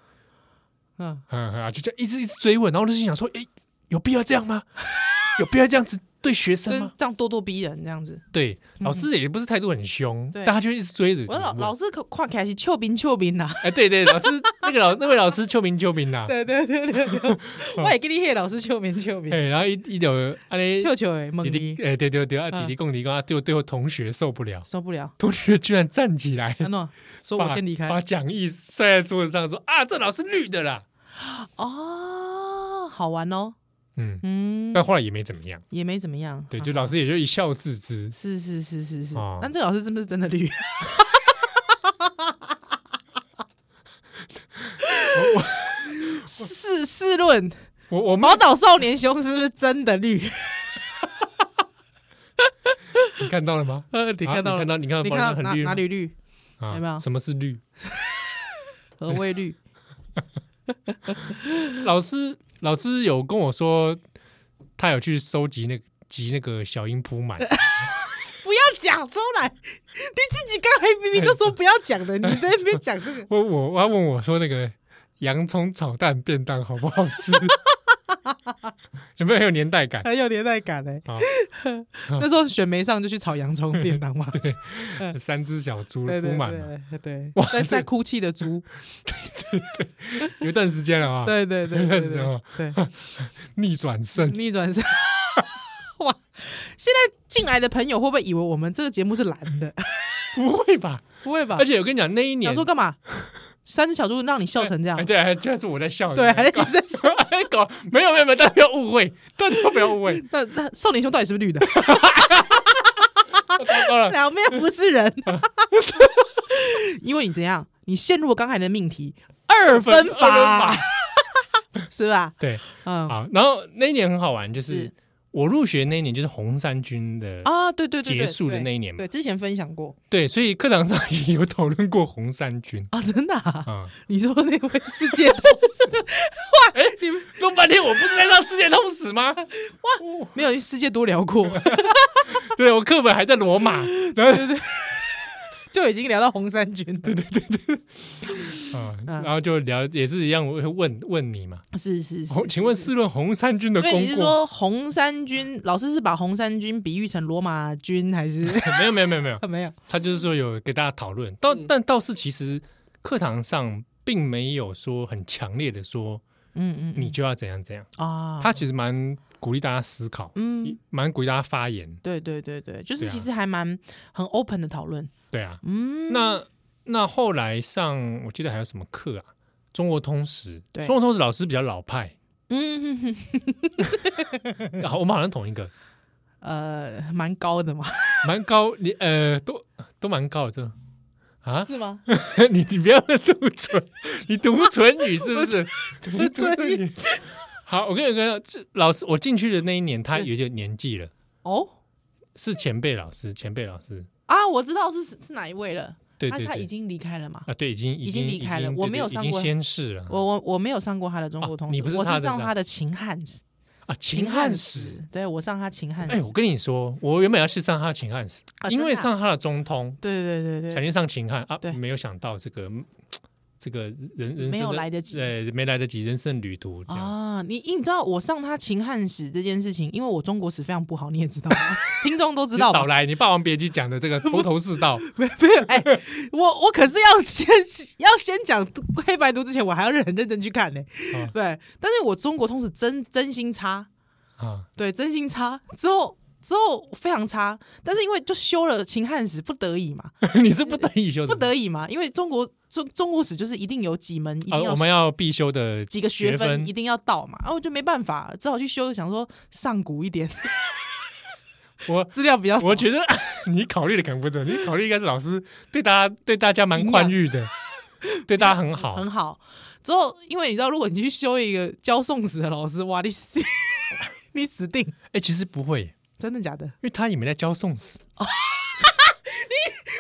S1: 嗯，
S2: 嗯嗯啊，就这样一直一直追问，然后我就心想说，诶，有必要这样吗？ [laughs] 有必要这样子对学
S1: 就
S2: 生
S1: 是
S2: 吗？
S1: 这样咄咄逼人这样子。
S2: 对，老师也不是态度很凶，
S1: 嗯对
S2: 但他就一直追着你
S1: 我老
S2: 问
S1: 老师可看起来是俏兵俏
S2: [laughs]
S1: 兵呐，
S2: 哎，对对，老师那
S1: [laughs]
S2: 个老那位老师秋明秋明啊啦，
S1: 对对对对
S2: [laughs]
S1: 对，我也给你嘿老师俏兵俏兵
S2: 哎，然后一一有安尼
S1: 俏俏哎，猛
S2: 弟弟
S1: 力
S2: 哎，对对对，啊，
S1: 嗯
S2: 弟弟共弟共，啊，最后最后同学受不了，
S1: 受不了，
S2: 同学居然站起来，
S1: 安诺说嗯我
S2: 把
S1: 先离开
S2: 把讲义摔在桌子上，说啊，这老师绿的啦，
S1: 哦，好玩哦，
S2: 嗯，
S1: 嗯，
S2: 但后来也没怎么样，
S1: 也没怎么样，
S2: 对，
S1: 啊
S2: 就老师也就一笑置之，
S1: 是是是是是
S2: 哦，
S1: 那这个老师是不是真的绿？ [laughs] 试试论，
S2: 我我妈
S1: 宝岛少年兄是不是真的 [laughs] 绿？
S2: 你看到了吗？
S1: 呃，你
S2: 啊
S1: 看到
S2: 你
S1: 了，
S2: 看到你看到
S1: 你
S2: 宝
S1: 看
S2: 岛
S1: 到
S2: 很
S1: 哪
S2: 绿吗
S1: 哪里绿？
S2: 啊
S1: 有没有
S2: 什么是绿？
S1: 何谓绿？ [laughs]
S2: 老师老师有跟我说，他有去收集那个集那个小鹰铺满，
S1: 不要讲出来，你自己刚才明明就说不要讲的，你 [laughs] 在那边讲这个，
S2: 问我，他问我说那个洋葱炒蛋便当好不好
S1: [laughs]
S2: 吃？有没有很有年代感？
S1: 很有年代感嘞。
S2: 啊，
S1: [laughs] 那时候选没上就去炒洋葱便当嘛， [laughs] 对
S2: 三只小猪
S1: 嗯对
S2: 铺满了，
S1: 对对对
S2: 哇，
S1: 在在哭泣的猪，
S2: 有一段时间了啊，
S1: 对对对 [laughs] 对
S2: 那
S1: 嗯
S2: 时
S1: 对
S2: 候
S1: 对。
S2: 逆转胜，
S1: 逆转胜。哇！现在进来的朋友会不会以为我们这个节目是蓝的？ [laughs]
S2: 不会吧？
S1: 不会吧？
S2: 而且我跟你讲，那一年
S1: 啊想说干嘛？ [laughs] 三只小猪让你笑成这样
S2: 哎，，对，还就是我在笑，啊
S1: 对，还在
S2: 搞
S1: 你在
S2: [laughs] 搞，没有没有没有，大家不要误会，大家不要
S1: [laughs]
S2: 误会，
S1: 那那少年兄到底是不是绿的？ [laughs]
S2: 糟糕了，
S1: 两边不是
S2: [laughs]
S1: 人， [laughs] 因为你怎样，你陷入了刚才的命题二分
S2: 二
S1: 法，是吧？
S2: 对，
S1: 嗯
S2: 好，然后那一年很好玩，就是
S1: 是
S2: 我入学那一年就是红三军的
S1: 啊，对对对，对
S2: 结束的那一年嘛
S1: 对，，之前分享过
S2: 对，所以课堂上也有讨论过红三军
S1: 啊，真的啊，
S2: 啊。
S1: 你说那位世界
S2: [laughs]
S1: 同事，哇，
S2: 哎
S1: 你们
S2: 弄半天我不是在让世界痛
S1: [laughs]
S2: 死吗？
S1: 没有世界多聊
S2: [laughs]
S1: 过。
S2: 对我课本还在罗马，然 [laughs] 后
S1: 就已经聊到红三军了，对对
S2: 啊，
S1: 嗯
S2: 然后就聊也是一样，我会问问你嘛。
S1: 是是是。
S2: 红，请问试问红三军的
S1: 嗯所以你
S2: 功
S1: 是
S2: 过？
S1: 说红三军老师是把红三军比喻成罗马军还
S2: [laughs]
S1: 是
S2: [laughs] 没有没有没有没有，
S1: 没有？
S2: 他就是说有给大家讨论，倒
S1: 嗯
S2: 但倒是其实课堂上并没有说很强烈的说
S1: 嗯嗯，
S2: 你就要怎样怎样，
S1: 啊，
S2: 他其实蛮鼓励大家思考，
S1: 嗯，
S2: 蛮鼓励大家发言，
S1: 对对对对，就是
S2: 对啊
S1: 其实还蛮很 open 的讨论，
S2: 对啊。
S1: 嗯，
S2: 那那后来上，我记得还有什么课啊？中国通史，
S1: 对
S2: 中国通史老师比较老派，
S1: 嗯哼哼
S2: 然后我 [laughs] 们好像同一个，
S1: 呃，蛮高的
S2: [laughs]
S1: 嘛，
S2: 蛮高，你呃都都蛮高的，这啊， [laughs]
S1: 是吗？
S2: 你你不要读唇，你读唇语是不是？读
S1: 唇
S2: 语。 [laughs] 好，我跟你讲，这老师我进去的那一年，
S1: 嗯
S2: 他有点年纪了，
S1: 哦
S2: 是前辈老师，前辈老师，
S1: 啊，我知道是是是哪一位了，
S2: 对
S1: 他
S2: 对
S1: 他已
S2: 对，
S1: 经离开了嘛。
S2: 啊，对，已经
S1: 已经离开了
S2: 已经
S1: 我
S2: 对
S1: 没有
S2: 对
S1: 上
S2: 已经
S1: 过
S2: 先逝了
S1: 我我我没有上过他的中国通史，
S2: 啊你不是
S1: 我
S2: 他的
S1: 是上
S2: 是吧
S1: 他的秦汉史，
S2: 啊，
S1: 秦
S2: 秦
S1: 汉
S2: 汉史
S1: 史，对我上他秦汉
S2: 哎、我
S1: 史，
S2: 跟你说，我原本要去上他的秦汉史，
S1: 啊
S2: 因
S1: 真
S2: 为
S1: 的啊
S2: 上他的中通，
S1: 对对对对
S2: 想
S1: 对，
S2: 去上秦汉啊
S1: 对，
S2: 没有想到这个嗯这个人人
S1: 没
S2: 生
S1: 有
S2: 的
S1: 来得及
S2: 对，没来得及人生旅途这样。
S1: 啊，你你知道我上他秦汉史这件事情，因为我中国史非常不好，你也知道
S2: [laughs]
S1: 吧，听众都知
S2: 你
S1: 道吧
S2: 少？来，你《霸王别姬》讲的这个头头是
S1: [laughs]
S2: 道，
S1: 没没有，哎、我我可是要先要先讲黑白读之前，我还要很认真去看呢、
S2: 哦
S1: 对，但是我中国通史真真心差， [laughs]
S2: 啊，
S1: 对，真心差。之后之后非常差，但是因为就修了秦汉史，不得已嘛，
S2: 你是不得已修的，
S1: 不得已嘛，因为中国中中国史就是一定有几门，一
S2: 啊，
S1: 定要、
S2: 我们要必修的
S1: 几个学
S2: 分
S1: 分一定要到嘛，然、后我就没办法，只好去修，想说上古一点， [laughs]
S2: 我
S1: 资料比较少。
S2: 我觉得 [laughs] 你考虑的可能不准，你考虑应该是老师对大家对大家蛮宽裕
S1: [laughs]
S2: 的，对大家很好
S1: 很好。之后，因为你知道，如果你去修一个教送死的老师，哇，你死， [laughs] 你死定！
S2: 哎、其实不会，因
S1: 真的假的？
S2: 为他也没在教送死，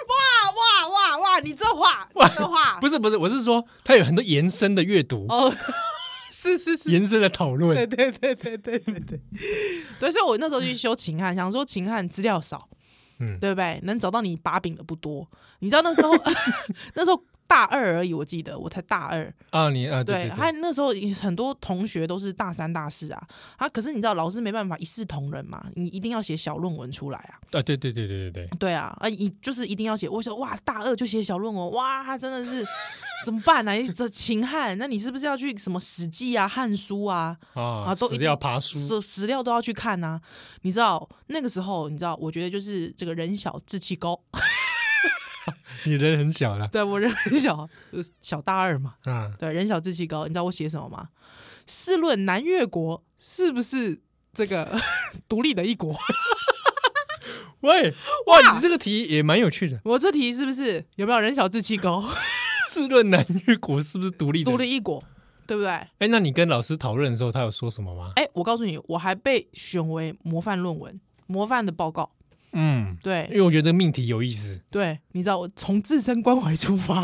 S1: 哇哇哇哇！你这
S2: [laughs]
S1: 话，你这话，
S2: 不是不是，我是说他有很多延伸的阅读，
S1: 啊哦， [laughs] 是是是，
S2: 延伸的讨
S1: 对
S2: 论，
S1: 对对对对对对。对，所以我那时候去修秦汉，想说秦汉资料少，
S2: 嗯，
S1: 对不对？能找到你把柄的不多。你知道那时候， [laughs] 那时候大二而已，我记得我才大二，
S2: 啊，你啊，对
S1: 对，
S2: 对
S1: 他
S2: 对，
S1: 那时候很多同学都是大三、大四啊，啊，可是你知道老师没办法一视同仁嘛，你一定要写小论文出来啊，
S2: 啊，对对对对对对，
S1: 对啊，啊，你就是一定要写。我想哇，大二就写小论文，哇，他真的是怎么办呢、啊？这秦汉，那你是不是要去什么《史记》啊、《汉书》啊，
S2: 啊，
S1: 啊都
S2: 死
S1: 一
S2: 要爬书，
S1: 史史料都要去看啊？你知道那个时候，你知道，我觉得就是这个人小志气高，
S2: 你人很小了
S1: 对我人很小，呃小大二嘛，
S2: 啊，
S1: 对，人小志气高。你知道我写什么吗？试论南越国是不是这个 [laughs] 独立的一国？
S2: 喂，哇，你这个题也蛮有趣的，
S1: 我这题是不是有没有人小志气高，
S2: 试论南越国是不是独立的？
S1: 独立一国，对不对？
S2: 哎，那你跟老师讨论的时候，他有说什么吗？
S1: 哎，我告诉你，我还被选为模范论文、模范的报告。
S2: 嗯，因
S1: 对
S2: 为我觉得命题有意思，
S1: 对，你知道我从自身关怀出发，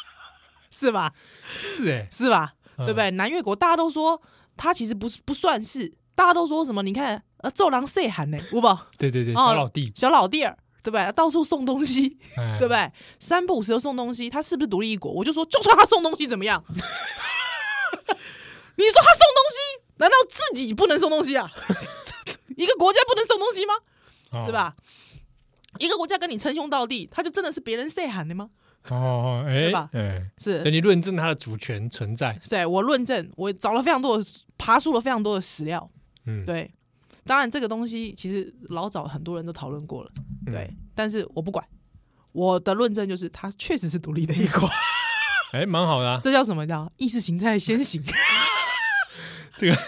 S1: [laughs] 是吧？
S2: 是哎，
S1: 是吧？
S2: 嗯
S1: 对不对？南越国大家都说他其实不是不算是，大家都说什么？你看，呃，奏郎岁寒呢，吴宝
S2: 对对对，
S1: 哦
S2: 小老弟，
S1: 小老弟儿，对不对？到处送东西，
S2: 哎
S1: 对不？对？三不五时又送东西，他是不是独立一国？我就说，就算他送东西怎么样？ [laughs] 你说他送东西，难道自己不能送东西啊？ [laughs] 一个国家不能送东西吗？
S2: 哦
S1: 是？吧？一个国家跟你称兄道弟，他就真的是别人谁喊的吗？
S2: 哦哦，哎，
S1: 对吧
S2: 哎，
S1: 是
S2: 等，你论证他的主权存在，
S1: 对我论证，我找了非常多的，爬出了非常多的史料。
S2: 嗯，
S1: 对，当然这个东西其实老早很多人都讨论过了，
S2: 嗯
S1: 对，但是我不管，我的论证就是他确实是独立的一国，
S2: 哎，蛮好的啊，
S1: 这叫什么叫意识形态先行？
S2: 这个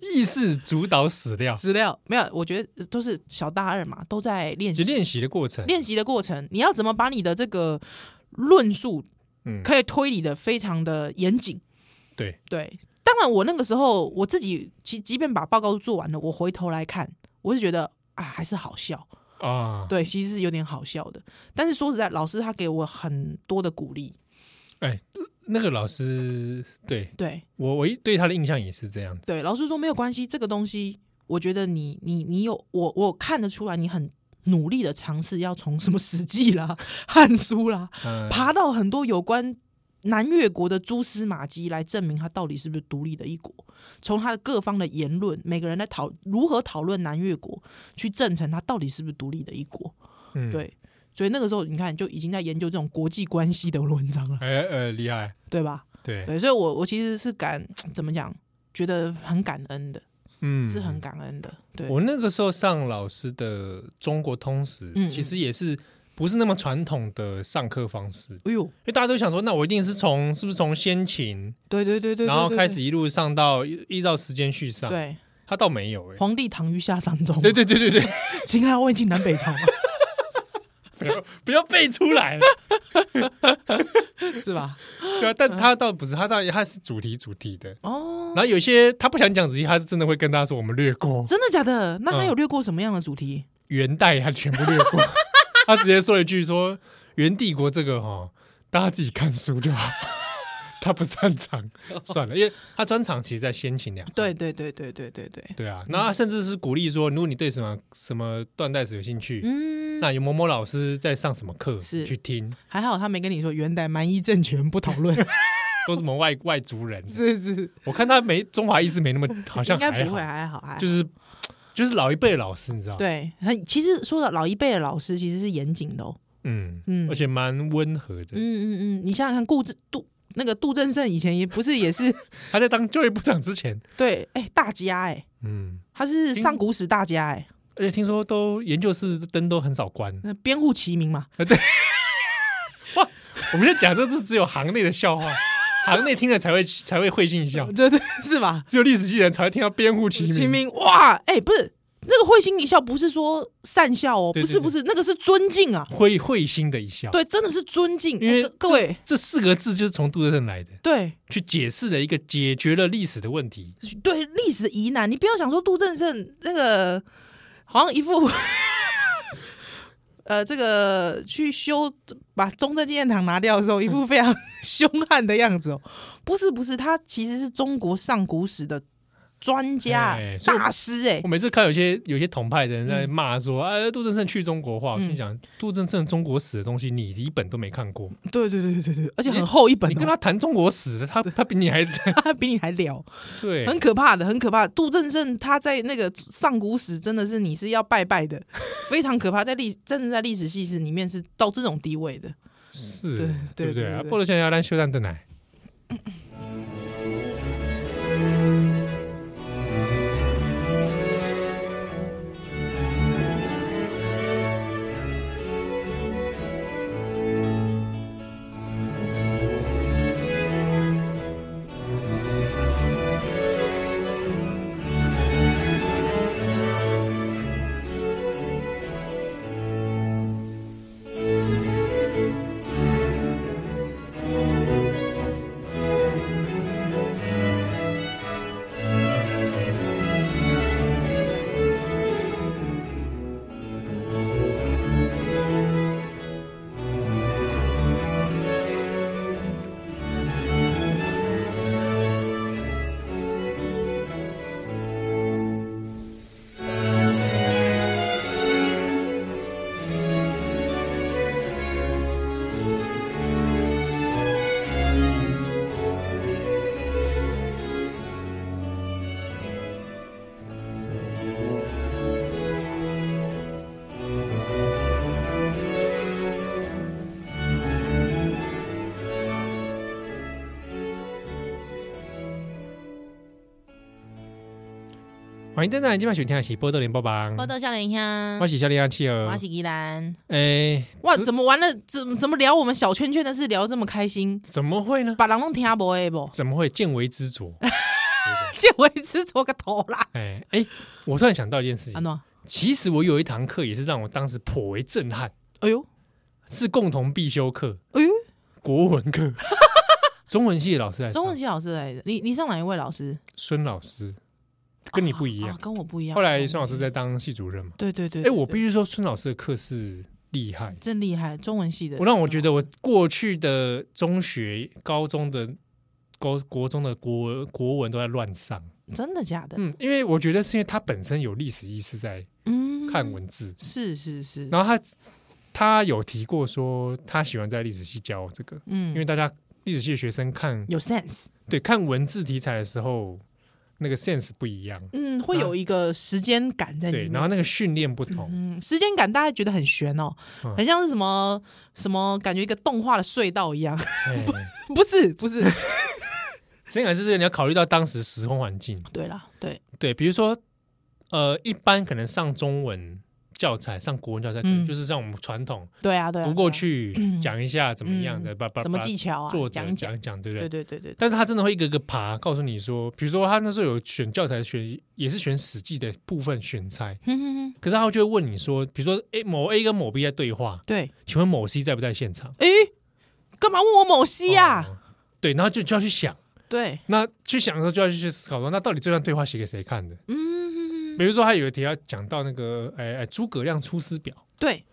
S2: 意识主导史料，
S1: 史料没有，我觉得都是小大二嘛，都在练
S2: 就
S1: 习
S2: 练习的过程，
S1: 练习的过程，你要怎么把你的这个论述
S2: 嗯，
S1: 可以推理的非常的严谨。
S2: 对，
S1: 对，当然我那个时候我自己，即即便把报告做完了，我回头来看，我是觉得啊，还是好笑。
S2: 啊，
S1: 对，其实是有点好笑的。但是说实在，老师他给我很多的鼓励。
S2: 哎，那个老师，对
S1: 对
S2: 我我一对他的印象也是这样子，
S1: 对，老师说没有关系，这个东西，我觉得你你你有我我看得出来，你很努力的尝试要从什么《史记》啦、《汉书》啦，
S2: 嗯，
S1: 爬到很多有关南越国的蛛丝马迹，来证明他到底是不是独立的一国。从他的各方的言论，每个人在讨如何讨论南越国，去证成他到底是不是独立的一国。
S2: 嗯，
S1: 对，所以那个时候你看就已经在研究这种国际关系的文章了，
S2: 哎呃，厉害，
S1: 对吧？
S2: 对，
S1: 对，所以我我其实是感怎么讲，觉得很感恩的，
S2: 嗯，
S1: 是很感恩的。对，
S2: 我那个时候上老师的中国通史，
S1: 嗯嗯
S2: 其实也是不是那么传统的上课方式，
S1: 哎呦，
S2: 因为大家都想说，那我一定是从是不是从先秦，
S1: 对对对对，对
S2: 然后
S1: 对
S2: 开
S1: 对
S2: 始一路上到依照时间序上，
S1: 对哦
S2: 他倒没有哎、
S1: 皇帝躺于下山中，
S2: [laughs]
S1: [laughs]
S2: 对，对对对 [laughs] 对，
S1: 秦汉魏晋南北朝
S2: [laughs]
S1: 嘛，
S2: 不要不要背出来了，
S1: 是
S2: [laughs]
S1: 吧？
S2: 对啊，但他倒不是，他倒他是主题主题的，
S1: 哦，
S2: 然后有些他不想讲主题，他是真的会跟大家说我们略过
S1: 真的假的？那
S2: 嗯
S1: 他有略过什么样的主题？
S2: 元代，他全部略
S1: [laughs]
S2: 过，
S1: [laughs]
S2: 他直接说一句说元帝国这个哈，大家自己看书就好，他不擅长，算了，因为他专长其实在先秦两汉
S1: 对对对对对对对，
S2: 对啊，那他甚至是鼓励说，如果你对什么什么断代史有兴趣，
S1: 嗯，
S2: 那有某某老师在上什么课，
S1: 是
S2: 去听，
S1: 还好他没跟你说元代蛮夷政权不讨
S2: [laughs]
S1: 论，
S2: 都什么外外族人，
S1: 是是，
S2: 我看他没中华意识没那么好像
S1: 应
S2: 还
S1: 该不
S2: 好
S1: 会，还好还好。
S2: 就是就是老一辈的老师，你知道，，
S1: 对，很其实说的老一辈的老师其实是严谨的哦，
S2: 嗯
S1: 嗯
S2: 而且蛮温和的。
S1: 嗯嗯嗯，你想想看，顾志杜那个杜正胜以前也不是也是 [laughs]
S2: 他在当教育部长之前，
S1: 对，哎、大家哎、
S2: 嗯，
S1: 他是上古史大家哎、
S2: 而且听说都研究室灯都很少关。 [laughs] 呃
S1: 那编户齐名嘛，
S2: 我们现在讲这是只有行内的笑话，行内听了才会才会会心一
S1: [laughs]
S2: 笑，
S1: 这这是吧？
S2: 只有历史系人才会听到编户齐
S1: 齐
S2: 鸣。
S1: 名哇，哎、不是那个会心一笑，不是说善笑哦，
S2: 对
S1: 不
S2: 对
S1: 是
S2: 对
S1: 不是，那个是尊敬啊，
S2: 会会心的一笑。，
S1: 对，真的是尊敬，
S2: 因为
S1: 哎各各位
S2: 这四个字就是从杜德胜来的，
S1: 对。
S2: 去解释了一个解决了历史的问题。
S1: 对历史的疑难，你不要想说杜正胜那个好像一副 [laughs] 呃，这个去修把中正纪念堂拿掉的时候，一副非常凶悍的样子哦。不是不是，他其实是中国上古史的专家、
S2: 哎所以我
S1: 大师哎、
S2: 我每次看有些有些统派的人在骂说，
S1: 嗯
S2: 哎，杜正胜去中国化，我心想，杜正胜中国史的东西你一本都没看过，
S1: 对对对对对对，而且很厚一本、
S2: 你跟
S1: 哦，
S2: 他谈中国史，他他比你还 [laughs]
S1: 他比你还了，
S2: 对，
S1: 很可怕的，很可怕。杜正胜他在那个上古史真的是你是要拜拜的， [laughs] 非常可怕，在历真的在历史系史里面是到这种地位的。
S2: 是，
S1: 对
S2: 对不
S1: 对
S2: 对
S1: 对
S2: 啊？
S1: 对
S2: 波罗香要咱修蛋蛋奶。欢迎蛋蛋，今晚收听的是波多连波邦，
S1: [laughs] 我到笑脸
S2: 我
S1: 香，
S2: 是小李安企鹅
S1: 我。是依兰。
S2: 哎，
S1: 哇，怎么玩了？怎怎么聊我们小圈圈的事聊得这么开心？
S2: 怎么会呢？
S1: 把狼弄听不哎 [laughs] 不，
S2: 怎么会见微知著？
S1: 见微知著个头啦！
S2: 哎哎，我突然想到一件事情
S1: 安，诺，
S2: 其实我有一堂课也是让我当时颇为震撼，
S1: 哎呦，
S2: 是共同必修课，
S1: 哎呦，
S2: 国文
S1: [laughs]
S2: 课，中文系的老师来上，
S1: 中文系老师来的，你你上哪一位老师？
S2: 孙老师跟你不一样
S1: 啊，。跟我不一样。
S2: 后来孙老师在当系主任嘛，
S1: 对对对，
S2: 哎，
S1: 对
S2: 我必
S1: 对
S2: 须说孙老师的课是厉害，
S1: 真厉害，中文系的，
S2: 我让我觉得我过去的中学、高中的。高国中的国国文都在乱上，
S1: 真的假的？
S2: 嗯，因为我觉得是因为他本身有历史意识在
S1: 嗯，
S2: 看文字，
S1: 是是是，
S2: 然后他他有提过说他喜欢在历史系教这个，
S1: 嗯，
S2: 因为大家历史系的学生看
S1: 有 sense，
S2: 对看文字题材的时候，那个 sense 不一样，
S1: 嗯，会有一个时间感在
S2: 对
S1: 里，面
S2: 然。后那个训练不
S1: [laughs]
S2: 同，
S1: 嗯，时间感大家觉得很悬哦，
S2: 嗯
S1: 很像是什么什么，感觉一个动画的隧道一
S2: [laughs]
S1: 样。
S2: 哎
S1: 不是不是，
S2: 时间感就是你要考虑到当时时空环境，
S1: 对啦，对，
S2: 对，比如说呃，一般可能上中文教材、上国文教材，可能
S1: 嗯
S2: 就是像我们传统
S1: 对啊，对啊，
S2: 读过
S1: 对啊
S2: 去讲一下怎么样的，
S1: 嗯
S2: 把把
S1: 什么
S2: 把
S1: 技巧啊，
S2: 作者
S1: 讲
S2: 讲
S1: 一讲，
S2: 讲一讲，对不
S1: 对
S2: 对？
S1: 对对对，对
S2: 但是他真的会一个个爬，告诉你说，比如说他那时候有选教材选，也是选《史记》的部分选材，
S1: 哼哼哼，
S2: 可是他就会问你说，比如说，哎，某 A 跟某 B 在对话，
S1: 对，
S2: 请问某 C 在不在现场？
S1: 诶，干嘛问我某西啊？
S2: 哦对，然后就就要去想，
S1: 对，
S2: 那去想的时候就要去思考说，那到底这段对话写给谁看的？
S1: 嗯，
S2: 比如说，他有一题要讲到那个，哎哎，诸葛亮出师表，
S1: 对，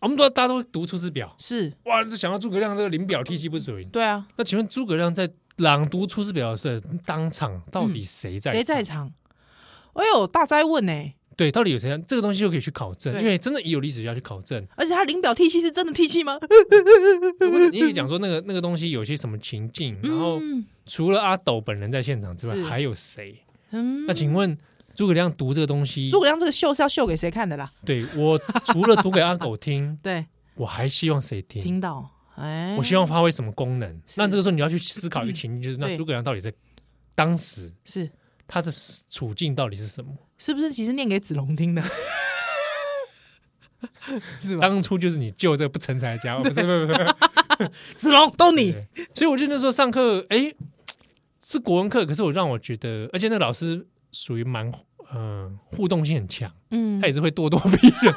S2: 我们都大家都读《出师表
S1: 是》，
S2: 哇，就想到诸葛亮这个临表涕泣不水云。
S1: 对啊，
S2: 那请问诸葛亮在朗读《出师表》的时候，当场到底谁在？
S1: 嗯谁在？场？哎呦，大灾问呢、欸
S2: 对，到底有谁在？这个东西就可以去考证，
S1: 对
S2: 因为真的也有历史家去考证。
S1: 而且他临表涕泣是真的涕泣吗？
S2: 或者你也讲说那个那个东西有些什么情境，然后
S1: 嗯
S2: 除了阿斗本人在现场之外
S1: 是，
S2: 还有谁？
S1: 嗯
S2: 那请问诸葛亮读这个东西
S1: 诸，葛亮这个秀是要秀给谁看的啦？，
S2: 对我除了读给阿狗听
S1: [laughs] 对，
S2: 我还希望谁听？
S1: 听到，哎，
S2: 嗯我希望发挥什么功能？
S1: 是
S2: 那这个时候你要去思考一个情境，就是那
S1: 对
S2: 诸葛亮到底在当时
S1: 是
S2: 他的处境到底是什么？
S1: 是不是其实念给子龙听的？ [laughs] 是吧？
S2: 当初就是你救这个不成才的
S1: [laughs]
S2: 家伙，不是不是不是
S1: 子龙都你，
S2: 对所以我就那时候上课，哎，是国文课，可是我让我觉得，而且那个老师属于蛮嗯互动性很强，
S1: 嗯
S2: 他，也是会咄咄逼
S1: [laughs]
S2: 人，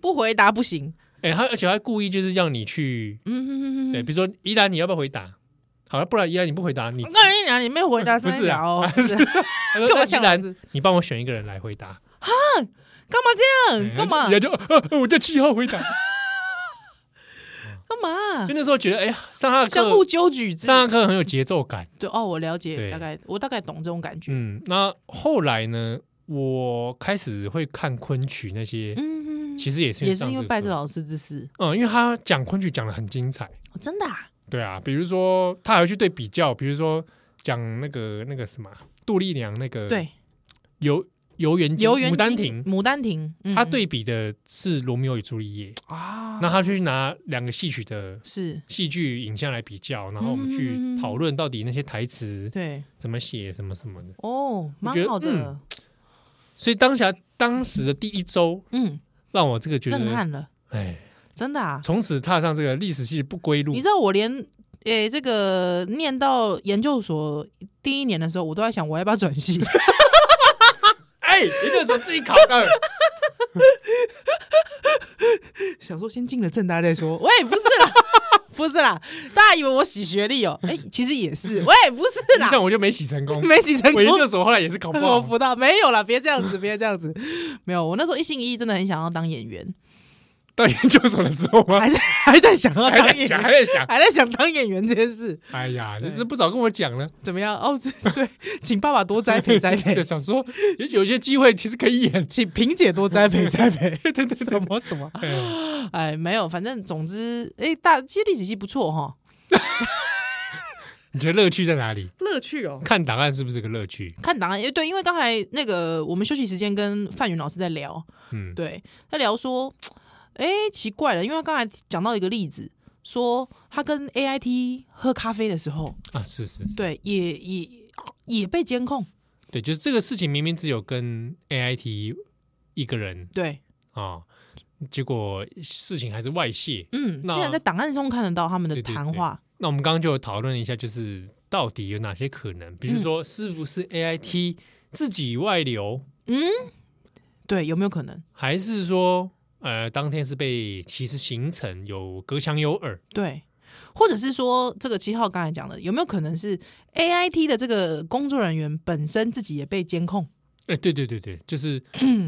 S1: 不回答不行，
S2: 哎，他而且他故意就是让你去，
S1: 嗯，
S2: 对，比如说依兰你要不要回答？好了，不然依兰你不回答，你
S1: 我告诉你讲，你没有回答
S2: 不是啊啊
S1: 三角
S2: [laughs]
S1: 哦，是
S2: 他说
S1: [laughs] 干嘛
S2: 那
S1: 这
S2: 依
S1: 样
S2: 兰 [laughs]
S1: 子？
S2: 你帮我选一个人来回答，
S1: 干嘛这
S2: 哎
S1: 样？干嘛？
S2: 人家就呃 [laughs] 呃我叫七号
S1: [laughs]
S2: 回答，
S1: 干嘛
S2: 就？那时候觉得哎呀，上他的
S1: 相互
S2: 课，
S1: 纠举之，
S2: 上他的课很有节奏感。
S1: 对哦，我了解，
S2: 对
S1: 大概我大概懂这种感觉。
S2: 嗯，那后来呢，我开始会看昆曲那些，
S1: 嗯，
S2: 其实也是
S1: 也是
S2: 上
S1: 因为
S2: 个
S1: 拜这
S2: 课
S1: 老师之事，
S2: 嗯，因为他讲昆曲讲的很精彩，
S1: 哦真的啊，
S2: 对啊，比如说他还会去对比较，比如说讲那个那个什么啊杜丽娘那个
S1: 对，
S2: 游游园惊
S1: 游园
S2: 牡
S1: 惊
S2: 丹亭，
S1: 牡丹亭，嗯
S2: 他对比的是罗密欧与朱丽叶，
S1: 啊，
S2: 那他去拿两个戏曲的。
S1: 是
S2: 戏剧影像来比较，然后我们去
S1: 嗯
S2: 讨论到底那些台词
S1: 对
S2: 怎么写、什么什么的。
S1: 哦，蛮
S2: 觉得嗯
S1: 好的，
S2: 所以当下当时的第一周，
S1: 嗯，
S2: 让我这个觉
S1: 震
S2: 得，
S1: 撼了，
S2: 哎，
S1: 真的啊。
S2: 从此踏上这个历史系不归路
S1: 你。知道我连诶、这个念到研究所第一年的时候，我都在想我要不要转
S2: [laughs]
S1: 系，
S2: 哎，你那时候自己 [laughs] 考到，
S1: 想说先进了正大再说。喂，不是啦， [laughs] 不是啦，大家以为我洗学历哦、哎、其实也
S2: [laughs]
S1: 是，喂，不是啦，
S2: 像我就没洗成功。
S1: 没洗成
S2: 我
S1: 功
S2: 研。究所后来也是考不
S1: 那 [laughs] 我
S2: 好，
S1: 辅导没有啦，别这样子，别这样子，没有。我那时候一心一意，真的很想要当演
S2: [laughs]
S1: 员，
S2: 到研究所的时候
S1: [laughs]
S2: 吗？
S1: 还在还在想要
S2: 还
S1: 当
S2: 在
S1: 演
S2: 想，
S1: 员，
S2: 还在想。
S1: 还在想当演员这件事。
S2: 哎呀，
S1: 对
S2: 你是不早跟我讲呢？
S1: 怎么样？哦，这对，请爸爸多栽培栽培
S2: [laughs] 对，，想说也有些机会其实可以演。
S1: 请萍姐多栽培栽培。
S2: [laughs] 对对对，
S1: 什么什么？
S2: 哎
S1: 哎，没有，反正总之，哎，大其实历史系不错哈，
S2: 你觉得乐趣在哪里？
S1: 乐趣哦。
S2: 看档案是不是个乐趣？
S1: 看档案，哎，对，因为刚才那个我们休息时间跟范云老师在聊，
S2: 嗯，
S1: 对，在聊说，哎，奇怪了，因为他刚才讲到一个例子，说他跟 AIT 喝咖啡的时候，
S2: 啊，是是是，
S1: 对，也也也被监控，
S2: 对，就是这个事情明明只有跟 AIT 一个人
S1: 对，
S2: 啊，结果事情还是外泄。
S1: 嗯，
S2: 那
S1: 竟然在档案中看得到他们的
S2: 对对
S1: 谈
S2: 对
S1: 话，
S2: 那我们刚刚就有讨论一下，就是到底有哪些可能，比如说是不是 AIT 自己外流，
S1: 对，有没有可能？
S2: 还是说呃当天是被其实行程有隔墙有耳？
S1: 对，或者是说这个七号刚才讲的，有没有可能是 A I T 的这个工作人员本身自己也被监控？
S2: 哎、对对对对，
S1: [clears throat]
S2: 就是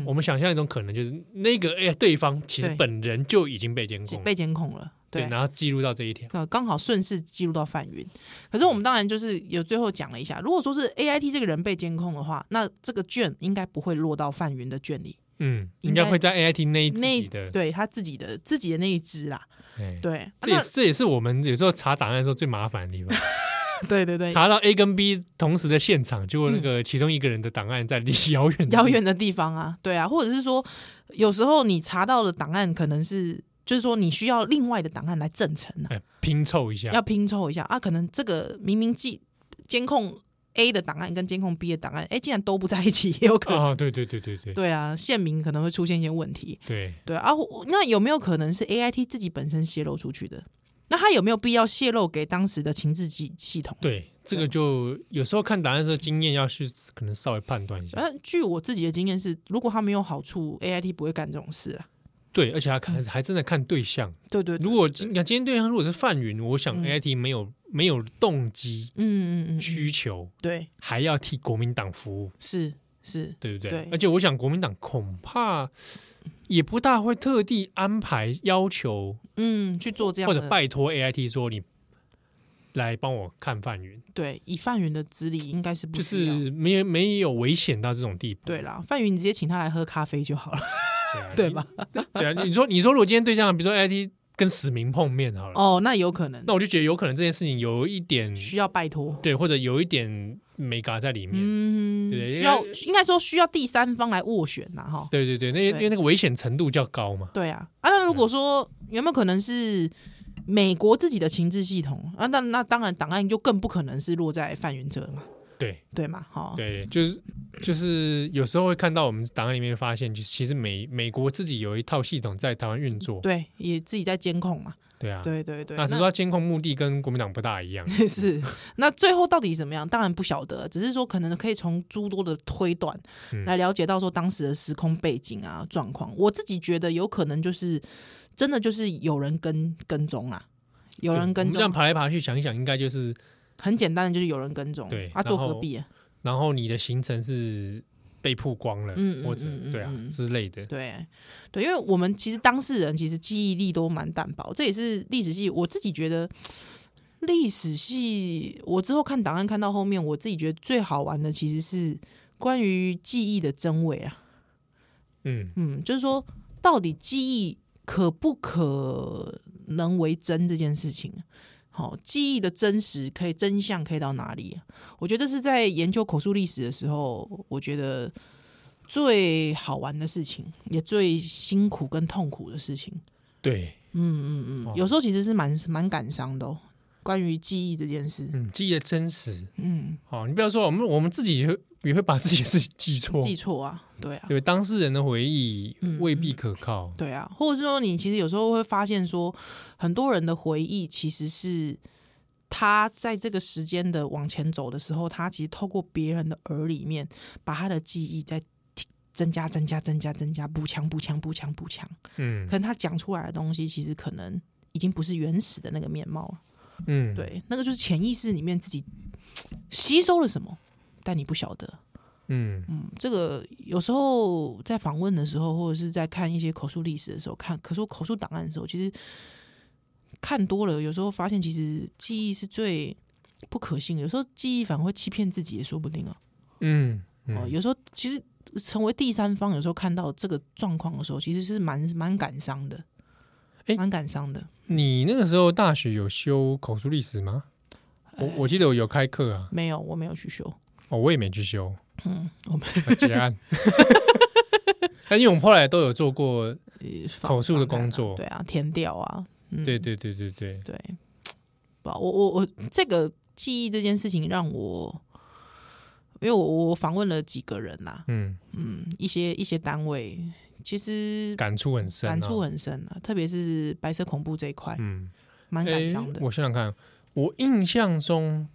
S2: 我们想象一种可能，就是那个哎、对方其实
S1: 对
S2: 本人就已经被监控了，
S1: 被监控了，对。
S2: 然后记录到这一条，
S1: 呃，刚好顺势记录到范云，可是我们当然就是有最后讲了一下，如果说是 A I T 这个人被监控的话，那这个卷应该不会落到范云的卷里，
S2: 嗯，应
S1: 应该
S2: 该会在 AIT 那一自
S1: 那
S2: 己的，
S1: 对他自己的自己的那一支啦，
S2: 哎，
S1: 对，
S2: 这也
S1: 啊那
S2: 是这也是我们有时候查档案的时候最麻烦的地方，
S1: 对对对，
S2: 查到 A 跟 B 同时在现场，结果那个其中一个人的档案在离遥远的
S1: 遥远的地方啊，对啊，或者是说，有时候你查到的档案可能是，就是说你需要另外的档案来证成啊，
S2: 哎拼凑一下，
S1: 要拼凑一下啊，可能这个明明记监控 A 的档案跟监控 B 的档案，哎，竟然都不在一起，也有可能。
S2: 啊，对对对对对
S1: 对啊，县民可能会出现一些问题。
S2: 对，
S1: 对啊，我那有没有可能是 A I T 自己本身泄露出去的？那他有没有必要泄露给当时的情治系系统？
S2: 对，这个就有时候看答案的时候，经验要去可能稍微判断一下。
S1: 呃，据我自己的经验是，如果他没有好处，A I T 不会干这种事啊。
S2: 对，而且还看还真的看对象。
S1: 对嗯对对，嗯
S2: 如果今今天对象如果是范云，我想 A I T 没有没有动机
S1: 嗯嗯嗯嗯，
S2: 需求，
S1: 对，
S2: 还要替国民党服务，
S1: 是是，
S2: 对不对
S1: 对？
S2: 而且我想国民党恐怕也不大会特地安排要求
S1: 嗯，去做这样
S2: 或者
S1: 的，
S2: 拜托 AIT 说你来帮我看范云，
S1: 对，以范云的资历应该是不
S2: 就
S1: 需要
S2: 是没有没有危险到这种地步，
S1: 对啦，范云你直接请他来喝咖啡就好
S2: [laughs]
S1: 了，
S2: 啊
S1: 对吧？？
S2: 你对啊，你说你说如果今天对象，比如说 AIT 跟死明碰面好了，
S1: 哦，那有可能
S2: 那我就觉得有可能这件事情有一点
S1: 需要拜托，
S2: 对，或者有一点美嘎在里面。
S1: 嗯，
S2: 对因为
S1: 需要应该说需要第三方来斡旋呐，哈。
S2: 对对对，那因为
S1: 对
S2: 因为那个危险程度较高嘛。
S1: 对啊，啊，那如果说有没有可能是美国自己的情治系统啊？那那当然，档案就更不可能是落在范云这嘛，
S2: 对
S1: 对嘛？哈，
S2: 对，就是就是有时候会看到我们档案里面发现，就其实美美国自己有一套系统在台湾运作。
S1: 对，也自己在监控嘛，
S2: 对啊，
S1: 对对对。
S2: 那只是说它监控目的跟国民党不大一样。
S1: 那 [laughs] 是，那最后到底怎么样？当然不晓得，只是说可能可以从诸多的推断
S2: 嗯
S1: 来了解到说当时的时空背景啊状况。我自己觉得有可能就是真的就是有人跟跟踪啊， [laughs] 有人
S2: 我
S1: 跟
S2: 们这样
S1: 踪，
S2: 爬来爬去想一想，应该就是，
S1: 很简单的就是有人跟踪，
S2: 对
S1: 啊，
S2: 然
S1: 坐
S2: 后
S1: 隔壁、啊，
S2: 然后你的行程是被曝光了，
S1: 嗯嗯
S2: 或者
S1: 嗯嗯
S2: 对啊
S1: 嗯
S2: 之类的。
S1: 对，对，因为我们其实当事人其实记忆力都蛮淡薄，这也是历史系我自己觉得。历史系，我之后看档案看到后面，我自己觉得最好玩的其实是关于记忆的真伪啊。
S2: 嗯，
S1: 嗯，就是说，到底记忆可不可能为真这件事情，好，记忆的真实可以真相可以到哪里啊、我觉得这是在研究口述历史的时候，我觉得最好玩的事情，也最辛苦跟痛苦的事情。
S2: 对，
S1: 嗯嗯
S2: 哦
S1: 嗯，有时候其实是蛮蛮感伤的、哦，关于记忆这件事。
S2: 嗯，记忆的真实。
S1: 嗯，
S2: 哦，你不要说我们我们自己也会也会把自己的事情记错，
S1: 记错啊，对啊。
S2: 对当事人的回忆
S1: 嗯
S2: 未必可靠。
S1: 对啊，或者是说你其实有时候会发现说，很多人的回忆其实是他在这个时间的往前走的时候，他其实透过别人的耳里面，把他的记忆在提增加、增加、增加、增加，补强、补强、补强、补强。
S2: 嗯
S1: 可能他讲出来的东西，其实可能已经不是原始的那个面貌了。
S2: 嗯，
S1: 对，那个就是潜意识里面自己嘖吸收了什么，但你不晓得。
S2: 嗯
S1: 嗯，这个有时候在访问的时候，或者是在看一些口述历史的时候，看口述口述档案的时候，其实看多了，有时候发现其实记忆是最不可信的，有时候记忆反而会欺骗自己也说不定啊。
S2: 嗯
S1: 哦、
S2: 嗯，
S1: 有时候其实成为第三方，有时候看到这个状况的时候，其实是蛮蛮感伤的，
S2: 诶
S1: 蛮感伤的。
S2: 你那个时候大学有修口述历史吗？我
S1: 呃
S2: 我记得我有开课啊，
S1: 没有，我没有去修。
S2: 哦，我也没去修，
S1: 嗯，我们
S2: 呃结案。 [laughs] 但因为我们后来都有做过，
S1: 嗯呃
S2: 口述的工作
S1: 对啊，填调啊，嗯，
S2: 对对对对对，
S1: 对，不好，我我我这个记忆这件事情让我，因为我我访问了几个人啦、
S2: 嗯，
S1: 嗯，一些一些单位，其实
S2: 感触很深、啊，
S1: 感触很深啊，特别是白色恐怖这一块，
S2: 嗯，
S1: 蛮感伤的
S2: 诶。我想想看，我印象中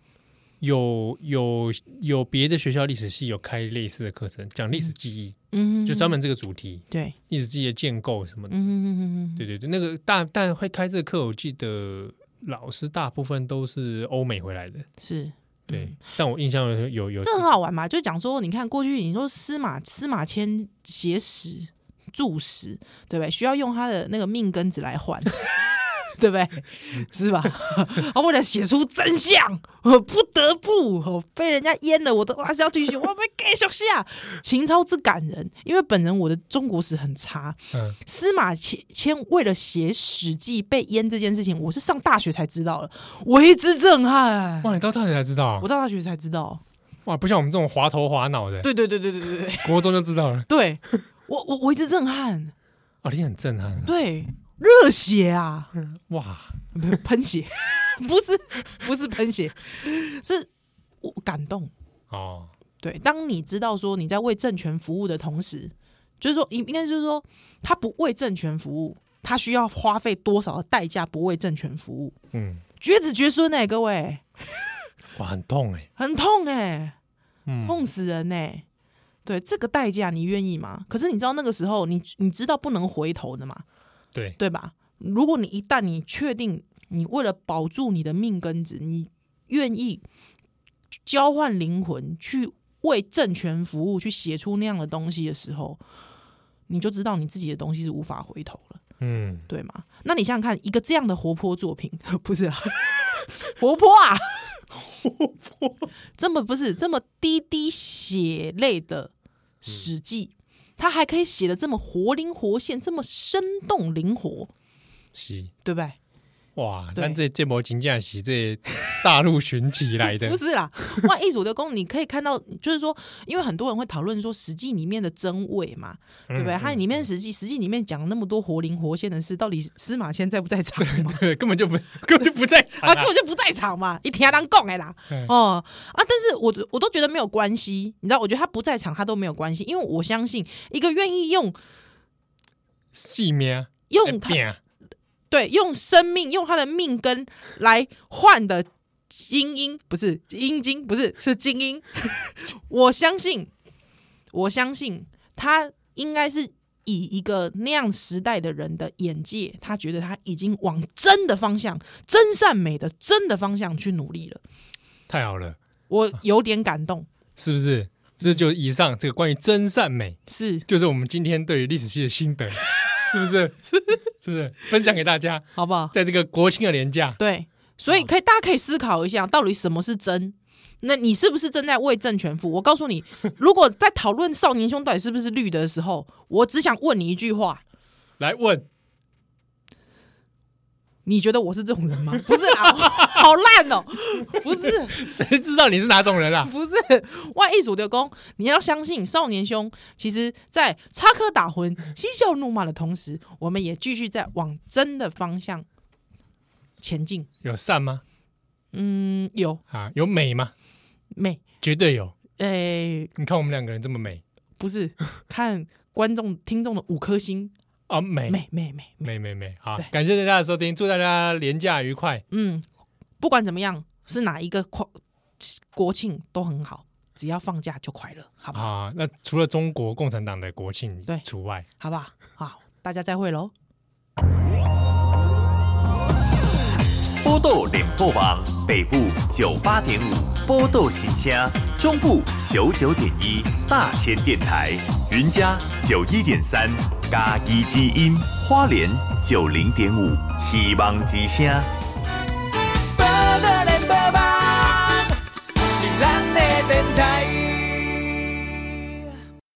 S2: 有有有别的学校历史系有开类似的课程，讲历史记忆，
S1: 嗯，
S2: 就专门这个主题，
S1: 对，
S2: 历史记忆的建构什么的。
S1: 嗯，
S2: 对对对，那个大但会开这个课，我记得老师大部分都是欧美回来的。
S1: 是。
S2: 对，
S1: 嗯
S2: 但我印象有有有
S1: 这很好玩嘛，就讲说，你看过去你说司马司马迁写史注史，对不对？需要用他的那个命根子来换。 [laughs] 对不对？是吧？ [laughs] 啊，为了写出真相，我不得不哦被人家淹了，我都还是要继续，我要被给小下。秦超之感人，因为本人我的中国史很差。
S2: 嗯
S1: 司马迁迁为了写《史记》被淹这件事情，我是上大学才知道了，为之震撼。
S2: 哇，你到大学才知道啊
S1: 我？到大学才知道，
S2: 哇，不像我们这种滑头滑脑的，
S1: 对对对对对对对。
S2: 国中就知道了。
S1: 对我我我一直震撼，
S2: 哦，你很震撼啊
S1: 对热血啊，
S2: 哇！
S1: 不喷血， [laughs] 不是不是喷血，是我感动。
S2: 哦，
S1: 对，当你知道说你在为政权服务的同时，就是说应应该就是说他不为政权服务，他需要花费多少的代价不为政权服务，
S2: 嗯，
S1: 绝子绝孙哎、各位
S2: 哇，很痛哎、
S1: 很痛哎、
S2: 嗯，
S1: 痛死人呢、欸对这个代价，你愿意吗？可是你知道那个时候，你你知道不能回头的嘛？
S2: 对，
S1: 对吧？如果你一旦你确定你为了保住你的命根子，你愿意交换灵魂去为政权服务，去写出那样的东西的时候，你就知道你自己的东西是无法回头了，
S2: 嗯，
S1: 对吗？那你想想看，一个这样的活泼作品， [laughs] 不是啊，活泼啊，活泼，这么不是这么滴滴血泪的《史记》它还可以写的这么活灵活现，这么生动灵活，
S2: 是
S1: 对不对？
S2: 哇，
S1: 对
S2: 咱这这波真正是这大陆寻奇来的
S1: 不，是啦， [laughs] 万艺术的功，你可以看到，就是说，因为很多人会讨论说《史记》里面的真伪嘛，
S2: 嗯
S1: 对不对？它里面《史记》《史记》里面讲了那么多活灵活现的事，到底司马迁在不在场嘛？
S2: 根本就不根本 [laughs] 就不在
S1: 啊，
S2: 场啊嗯
S1: 根本就不在场嘛，一天当供哎啦，哦啊，但是我我都觉得没有关系，你知道，我觉得他不在场他都没有关系，因为我相信一个愿意用
S2: 戏名
S1: 用他
S2: 变
S1: 对用生命用他的命根来换的精英，不是阴精，不是是精 [laughs] 英。我相信，我相信他应该是以一个那样时代的人的眼界，他觉得他已经往真的方向、真善美的真的方向去努力了。
S2: 太好了，
S1: 我有点感动，
S2: 是不是？这就以上这个关于真善美，
S1: 是
S2: 就是我们今天对于历史系的心得，是不
S1: [laughs]
S2: 是？是不是分享给大家？
S1: 好不好？
S2: 在这个国庆的年假，
S1: 对，所以可以，大家可以思考一下，到底什么是真？那你是不是正在为政权服务？我告诉你，如果在讨论少年兄到底是不是绿的时候，我只想问你一句话：
S2: 来问
S1: 你觉得我是这种人吗？不是啦，好烂哦、不是，
S2: 谁知道你是哪种人啊？
S1: 不是，万艺术的功，你要相信少年兄。其实，在插科打诨、嬉笑怒骂的同时，我们也继续在往真的方向前进。
S2: 有善吗？
S1: 嗯，有
S2: 啊，有美吗？
S1: 美，
S2: 绝对有。
S1: 诶、
S2: 你看我们两个人这么美
S1: 不是看观众听众的五颗星，
S2: 啊，美
S1: 美美美，
S2: 美美美，好
S1: 对，
S2: 感谢大家的收听，祝大家廉假愉快。
S1: 嗯，不管怎么样，是哪一个国国庆都很好，只要放假就快乐，好不好？
S2: 啊，那除了中国共产党的国庆
S1: 对
S2: 除外，
S1: 好不好？好，大家再会喽。
S3: 波豆联播网北部九八点五波豆新乡，中部九九点一大千电台，云嘉九一点三嘎一基因，花莲九零点五希望之声。